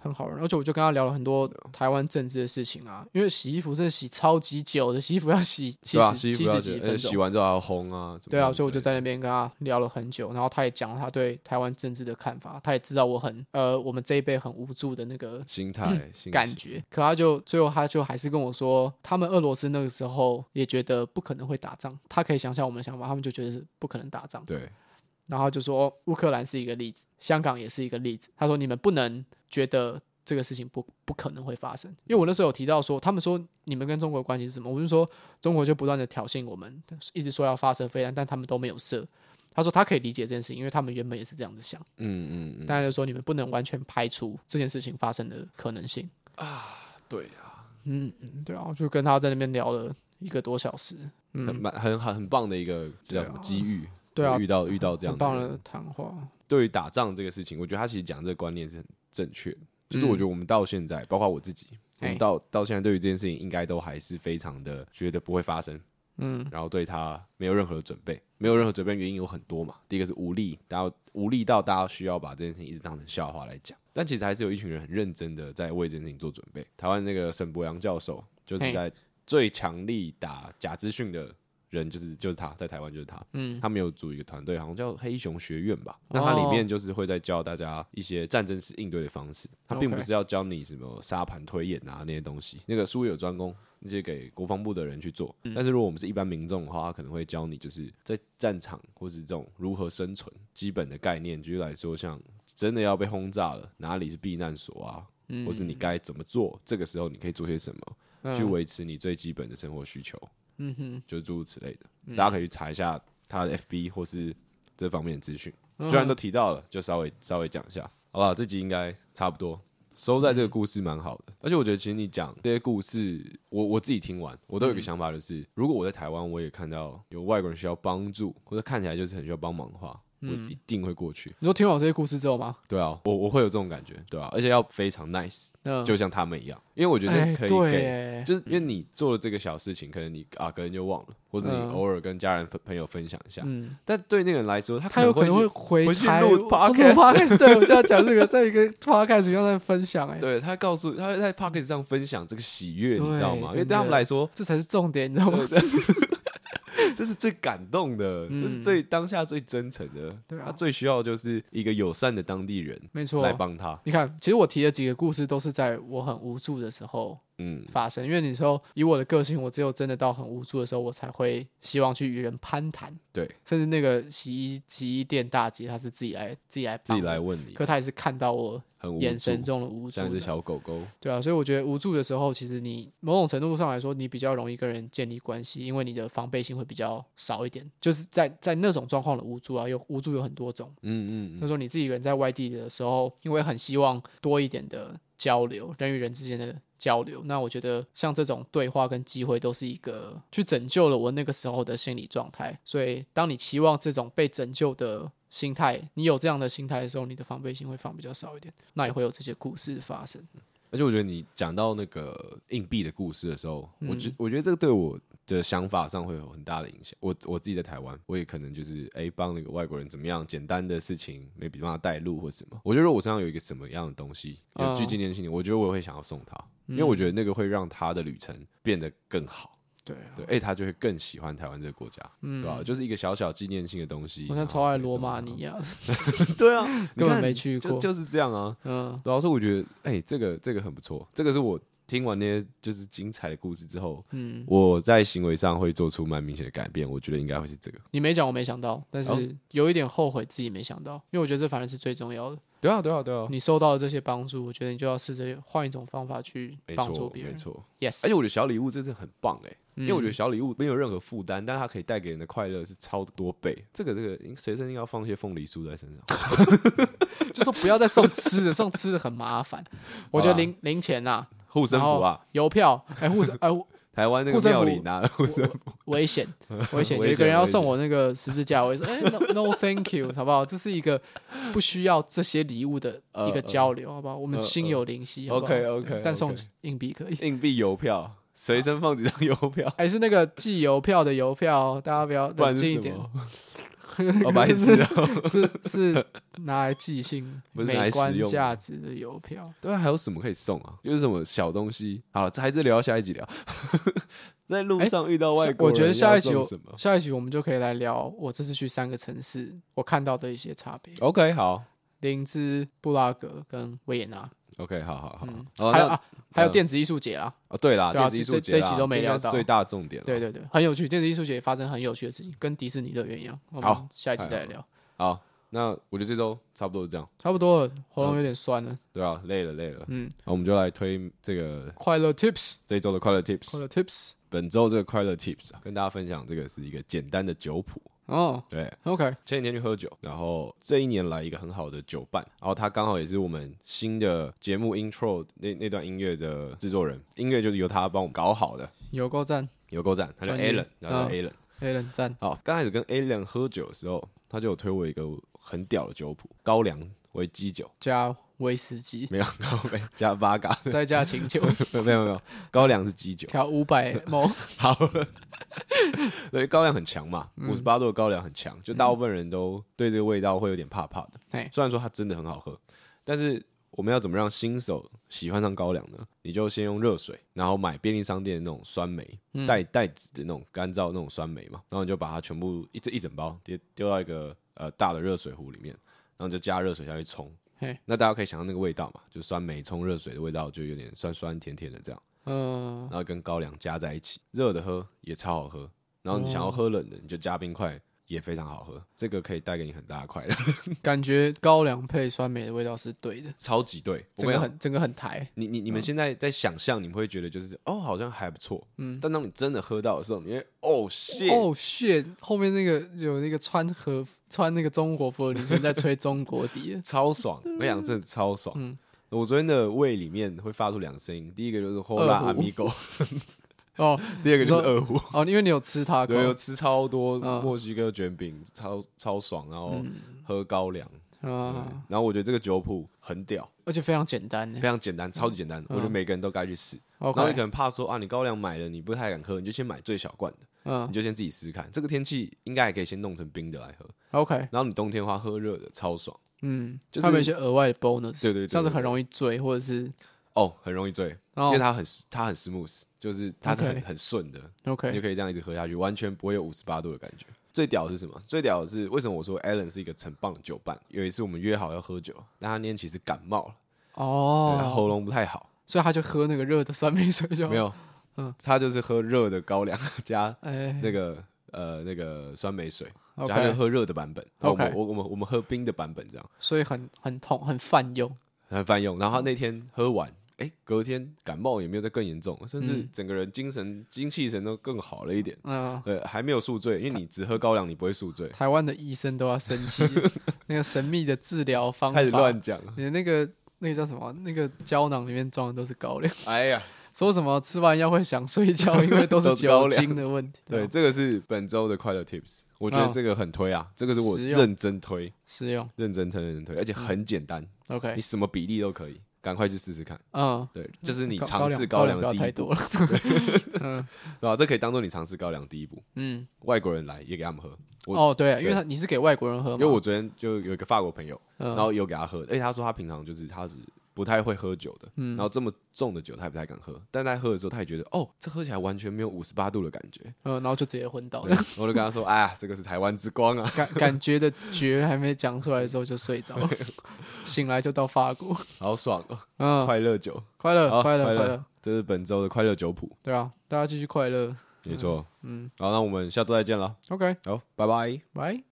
S2: 很好人，而且我就跟他聊了很多
S1: 啊
S2: 台湾政治的事情啊，因为洗衣服真的洗超级久的，洗衣服
S1: [laughs]
S2: 要洗七
S1: 对啊，
S2: 十
S1: 洗
S2: 七
S1: 衣服
S2: 十
S1: 要
S2: 几
S1: 洗
S2: 分
S1: 呃洗
S2: 钟。
S1: 完之后还要烘啊，怎么
S2: 对啊，
S1: 样
S2: 所以我
S1: 之
S2: 就
S1: 类
S2: 在
S1: 的
S2: 那边跟他聊了很久，然后他也讲了他对台湾政治的看法，他也知道我很呃我们这一辈很无助的那个
S1: 心态心
S2: 嗯感觉，可他就最后他就还是跟我说，他们俄罗斯那个时候也觉得不可能会打仗，他可以想象我们的想法，他们就觉得是不可能打仗，
S1: 对，
S2: 然后他就说哦乌克兰是一个例子，香港也是一个例子。他说你们不能觉得这个事情不不可能会发生，因为我那时候有提到说，他们说你们跟中国的关系是什么？我就说中国就不断的挑衅我们，一直说要发射飞弹，但他们都没有射。他说他可以理解这件事情，因为他们原本也是这样子想。
S1: 嗯嗯嗯，
S2: 但他就说你们不能完全排除这件事情发生的可能性。
S1: 啊对
S2: 嗯，嗯对啊，我就跟他在那边聊了一个多小时，嗯
S1: 很蛮很好很棒的一个这叫什么机遇？
S2: 对啊
S1: 遇到遇到这样
S2: 很
S1: 的
S2: 棒
S1: 人
S2: 的谈话。
S1: 对于打仗这个事情，我觉得他其实讲这个观念是很正确的。就是我觉得我们到现在，包括我自己，我
S2: 嗯哎
S1: 们到到现在对于这件事情，应该都还是非常的觉得不会发生，
S2: 嗯，
S1: 然后对他没有任何的准备，没有任何准备，原因有很多嘛。第一个是无力，然后无力到大家需要把这件事情一直当成笑话来讲，但其实还是有一群人很认真的在为这件事情做准备。台湾那个沈博阳教授就是
S2: 嘿
S1: 在最强力打假资讯的人，就是就是他在台湾就是他，
S2: 嗯
S1: 他们有组一个团队，好像叫黑熊学院吧。那它里
S2: 哦
S1: 面就是会在教大家一些战争时应对的方式，它并不
S2: OK
S1: 是要教你什么沙盘推演啊那些东西。那个术业有专攻，那些给国防部的人去做。
S2: 嗯
S1: 但是如果我们是一般民众的话，他可能会教你就是在战场或是这种如何生存基本的概念。举例来说，像真的要被轰炸了，哪里是避难所啊？
S2: 嗯
S1: 或是你该怎么做？这个时候你可以做些什么？去维持你最基本的生活需求。
S2: 嗯哼，
S1: 就是诸如此类的。大家可以去查一下他的 FB 或是这方面的资讯。
S2: 嗯
S1: 虽然都提到了，就稍微稍微讲一下，好吧？这集应该差不多。收在这个故事蛮好
S2: 嗯
S1: 的，而且我觉得其实你讲这些故事，我我自己听完，我都有一个想法，
S2: 嗯
S1: 就是、如果我在台湾，我也看到有外国人需要帮助，或者看起来就是很需要帮忙的话，我
S2: 嗯
S1: 一定会过去。
S2: 你说听完我这些故事之后吗？
S1: 对啊，我我会有这种感觉，对啊，而且要非常 nice，、
S2: 嗯，
S1: 就像他们一样，因为我觉
S2: 哎
S1: 得可以
S2: 对嗯
S1: 给
S2: 耶
S1: 就是因为你做了这个小事情，可能你啊，可能就忘了，或者
S2: 嗯
S1: 你偶尔跟家人、朋朋友分享一下。
S2: 嗯，
S1: 但对那个人来说，他
S2: 他有可能
S1: 会
S2: 会回
S1: 回去
S2: 台
S1: 录
S2: 录
S1: podcast [laughs]
S2: podcast，对，我就要讲这个，在一个 podcast 上在分享、哎，
S1: 对他告诉他会在 p o c k e t 上分享这个喜悦，
S2: 嗯对
S1: 你知道吗？因为
S2: 真的
S1: 对他们来
S2: [laughs]
S1: 说，
S2: 这才是重点，你知道吗？
S1: 这是最感动的，
S2: 嗯
S1: 这是最当下最真诚的。
S2: 对啊
S1: 他最需要的就是一个友善的当地人
S2: 没错
S1: 来。帮他。
S2: 你看，其实我提的几个故事都是在我很无助的时候
S1: 嗯，
S2: 发生，因为那时候以我的个性，我只有真的到很无助的时候，我才会希望去与人攀谈，
S1: 对，
S2: 甚至那个洗衣洗衣店大姐，她是自己来自己来
S1: 自
S2: 帮
S1: 己
S2: 我
S1: 来，问你，
S2: 可她也是看到我
S1: 很无
S2: 眼神
S1: 助，
S2: 中的无助
S1: 像一只
S2: 的，
S1: 小狗狗。
S2: 对啊，所以我觉得无助的时候，其实你某种程度上来说，你比较容易跟人建立关系，因为你的防备心会比较少一点。就是在在那种状况的无助啊，有无助有很多种。
S1: 嗯嗯嗯，
S2: 那时候你自己人在外地的时候，因为很希望多一点的交流，人与人之间的交流。那我觉得像这种对话跟机会都是一个去拯救了我那个时候的心理状态。所以，当你期望这种被拯救的心态，你有这样的心态的时候，你的防备心会放比较少一点，那也会有这些故事发生。
S1: 而且我觉得你讲到那个硬币的故事的时候，我
S2: 嗯
S1: 觉我觉得这个对我的想法上会有很大的影响。我我自己在台湾，我也可能就是哎帮那个外国人怎么样简单的事情，maybe 帮他带路或什么。我觉得如果我身上有一个什么样的东西有
S2: 嗯
S1: 具纪念性的，我觉得我会想要送他，因为我觉得那个会让他的旅程变得更好。
S2: 对，啊
S1: 对，哎，他就会更喜欢台湾这个国家，对吧、就是一个小小纪念性的东西。
S2: 嗯我现在
S1: 然后
S2: 超爱
S1: 可以
S2: 罗
S1: 送
S2: 马
S1: 他
S2: 尼 [laughs] 亚，
S1: 对啊，你
S2: 根本
S1: 看
S2: 没去
S1: 就
S2: 过
S1: 就是这样啊。
S2: 嗯，
S1: 对啊，所以我觉得，哎、这个这个很不错，这个是我听完那些就是精彩的故事之后，嗯，我在行为上会做出蛮明显的改变，我觉得应该会是这个。
S2: 你没讲我没想到，但
S1: 好
S2: 是有一点后悔自己没想到，因为我觉得这反而是最重要的。
S1: 对啊，对啊，对啊，
S2: 你收到了这些帮助，我觉得你就要试着换一种方法去
S1: 没
S2: 帮助
S1: 错，
S2: 别
S1: 没
S2: 人。
S1: 错。
S2: Yes，
S1: 而且我觉得小礼物真的很棒哎、因为我觉得
S2: 嗯 [laughs]
S1: 小礼物没有任何负担，但它可以带给人的快乐是超多倍。这个这个应随身应该要放一些凤梨酥在身上。
S2: 就说不要再送吃的，送吃的很
S1: [laughs]
S2: 麻烦。我觉得
S1: 好啦
S2: 零零钱啊，
S1: 护身符啊，
S2: 邮票，哎，护身，哎，
S1: 台湾那个
S2: 护身
S1: 庙里
S2: 符
S1: 拿了护身符，
S2: 危
S1: [laughs]
S2: 险，危险！有
S1: 危
S2: 一个
S1: 险
S2: 人要
S1: 危险
S2: 送我那个十字架，我就说，哎，no no，thank you，好不好？这是一个不需要这些礼物的
S1: 呃
S2: 一个
S1: 呃
S2: 交流，好不好？我们
S1: 呃
S2: 心
S1: 呃
S2: 有灵犀，好不好
S1: OK，OK，
S2: 对但送
S1: OK
S2: 硬币可以。 [laughs]
S1: 硬币邮票，随身放几张邮票，
S2: 还是那个寄邮票的邮票，大家不要
S1: 不
S2: 冷
S1: 然
S2: 静
S1: 是
S2: 一
S1: 什
S2: 点，
S1: 么？
S2: [laughs]
S1: 好白痴啊！
S2: 是是拿来寄信
S1: 不是拿来
S2: 美
S1: 使
S2: 观
S1: 用的
S2: 价值的邮票。
S1: 对啊，还有什么可以送啊？就是什么小东西。好了，这还是聊下一集聊。 [laughs] 在路上遇到外
S2: 下
S1: 国
S2: 我
S1: 人，
S2: 觉得哎下
S1: 要
S2: 一集
S1: 送
S2: 我
S1: 什么
S2: 下一集我们就可以来聊我这次去三个城市我看到的一些差别，
S1: ？OK，好
S2: 林芝、布拉格跟维也纳，
S1: ，OK，好好好。
S2: 嗯
S1: 哦，
S2: 还有
S1: 那
S2: 啊还有
S1: 嗯
S2: 电子艺术节啦，
S1: 哦，对啦，
S2: 对啊
S1: 电子艺
S2: 这
S1: 术节啦
S2: 这一集都没
S1: 这应该
S2: 聊
S1: 是
S2: 到
S1: 最大重点了。
S2: 对，对对，很有趣，电子艺术节发生很有趣的事情，跟迪士尼乐园一样。我们
S1: 好
S2: 下一集
S1: 太好
S2: 再来
S1: 了
S2: 聊，
S1: 好，那我觉得这周差不多是这样。
S2: 差不多了，喉咙有点酸了，
S1: 对啊，累了累了，
S2: 嗯，
S1: 那我们就来推这个
S2: 快乐 tips，
S1: 这一周的快乐
S2: 快
S1: tips。
S2: 乐 tips，
S1: 本周这个快乐 tips 啊，跟大家分享这个是一个简单的酒谱。
S2: 哦
S1: 对，
S2: ，OK，
S1: 前几天去喝酒，然后这一年来一个很好的酒伴，然后他刚好也是我们新的节目 intro 那那段音乐的制作人，音乐就是由他帮我们搞好的，
S2: 有够赞
S1: 有够赞，他叫
S2: 专业
S1: Alan，他叫
S2: 嗯
S1: Alan。
S2: a l 赞，
S1: 好，刚开始跟 Alan 喝酒的时候，他就有推我一个很屌的酒谱，高粱为基酒，
S2: 加威士忌，
S1: 没有高粱加八嘎，
S2: 再加琴酒，
S1: [laughs] 没有没有没有，高粱是基酒。 [laughs]
S2: 调五百毛，
S1: 好， [laughs] 对，高粱很强嘛，五十八度的高粱很强，就大部分人都对这个味道会有点怕怕的。
S2: 嘿
S1: 虽然说它真的很好喝，但是我们要怎么让新手喜欢上高粱呢？你就先用热水，然后买便利商店的那种酸梅，带带籽的那种干燥那种酸梅嘛，然后你就把它全部一这一整包丢丢到一个呃大的热水壶里面，然后就加热水下去冲
S2: 嘿。
S1: 那大家可以想象那个味道嘛，就酸梅冲热水的味道，就有点酸酸甜甜的这样。
S2: 嗯，
S1: 然后跟高粱加在一起，热的喝也超好喝。然后你
S2: 哦
S1: 想要喝冷的，你就加冰块也非常好喝，这个可以带给你很大的快乐， [laughs]
S2: 感觉高粱配酸梅的味道是对的，
S1: 超级对。我跟
S2: 整
S1: 你
S2: 个
S1: 讲，
S2: 很嗯整个很台，
S1: 你你你们现在在想象，你们会觉得就是哦，好像还不错，嗯。但当你真的喝到的时候，你会哦，shit，
S2: 哦、shit！后面那个有那个穿和穿那个中国服的女生在吹中国
S1: [laughs]
S2: 笛，
S1: 超爽！我跟你讲，真的超爽。
S2: 嗯
S1: 我昨天的胃里面会发出两个声音，第一个就是 Hola
S2: 二胡
S1: Amigo， [laughs]
S2: 哦
S1: 第二个就是
S2: 你说
S1: 二胡。
S2: 哦，因为你有吃它，
S1: 对，有吃超多
S2: 嗯
S1: 墨西哥卷饼，超超爽，然后喝高粱。
S2: 啊，
S1: 然后我觉得这个酒谱很屌，
S2: 而且非常简单呢
S1: 非。常简单，超级简单，我觉得每个人都该去试。嗯然后你可
S2: 嗯 OK，
S1: 能怕说啊，你高粱买了你不太敢喝，你就先买最小罐的，
S2: 嗯
S1: 你就先自己试试看。这个天气应该还可以先弄成冰的来喝。
S2: ，OK，
S1: 然后你冬天的话喝热的超爽
S2: 嗯，
S1: 就是
S2: 他们有一些额外的 bonus，
S1: 对对对对
S2: 像是很
S1: 对
S2: 容易醉，或者是
S1: 哦，很容易醉，因
S2: 哦
S1: 为它很它很 smooth，就是它是
S2: OK
S1: 很很顺的，你就
S2: OK，
S1: 可以这样一直喝下去，完全不会有五十八度的感觉。最屌的是什么？最屌的是为什么我说 Alan 是一个很棒的酒伴？有一次我们约好要喝酒，但他那天其实感冒了，对他
S2: 哦，
S1: 喉咙不太好，
S2: 所以他就喝那个热的酸梅水就好
S1: 没，有，
S2: 嗯
S1: 他就是喝热的高粱 [laughs] 加
S2: 哎
S1: 那个呃那个酸梅水，就他就
S2: ，OK，
S1: 喝热的版本，然后我
S2: OK
S1: 们我我们我们喝冰的版本这样
S2: 所以很很痛，很泛用，
S1: 很泛用。然后他那天喝完，哎、隔天感冒也没有再更严重，甚至整个人精神精气神都更好了一点。
S2: 嗯。
S1: 呃，还没有宿醉，因为你只喝高粱，你不会宿
S2: [laughs]
S1: 醉。
S2: 台
S1: [laughs]
S2: 湾的医生都要生气了，那个神秘的治疗方法，
S1: 开始乱讲，
S2: 你的那个那个叫什么？那个胶囊里面装的都是高粱， [laughs]
S1: 哎呀，
S2: 说什么吃完药会想睡
S1: [laughs]
S2: 觉，因为
S1: 都
S2: 都是
S1: 是高
S2: 酒
S1: 粱
S2: 精的问题。
S1: 对，
S2: 吧，
S1: 这个是本周的快乐 Tips，我觉得
S2: 啊哦
S1: 这个很推啊，这个是我
S2: 实用嗯
S1: 认真推，
S2: 食用。
S1: 认真推，认真推，而且很简单，你
S2: OK，
S1: 什么比例都可以，赶快去试试看。
S2: 嗯，
S1: 对，这是你
S2: 高
S1: 尝试
S2: 高
S1: 粱
S2: 不
S1: 的
S2: 要
S1: 第
S2: 太
S1: 一步，
S2: 多了。嗯
S1: 对啊吧？这可以当做你尝试高粱的第一步。
S2: 嗯，
S1: 外国人来也给他们喝，我
S2: 哦对，因为他你是给外国人喝嘛，
S1: 因为我昨天就有一个法国朋友，
S2: 嗯
S1: 然后有给他喝，而且他说他平常就是他是不太会喝酒的，
S2: 嗯
S1: 然后这么重的酒他也不太敢喝，但在喝的时候他也觉得哦，这喝起来完全没有五十八度的感
S2: [laughs]
S1: 觉。
S2: 嗯，然后就直接昏倒
S1: 对，我就跟他说，哎呀，这个是台湾之光啊。 [laughs]
S2: 感感觉的觉还没讲出来的时候就睡着了，醒来就到法国。
S1: 好爽哦，
S2: 嗯，
S1: 快乐酒，
S2: 快乐
S1: 好
S2: 快乐
S1: 快乐
S2: 快乐，
S1: 这是本周的快乐酒谱，
S2: 对啊，大家继续快乐。
S1: 没错，嗯，好，那我们下周再见了，
S2: OK，
S1: 好，拜拜。
S2: 拜。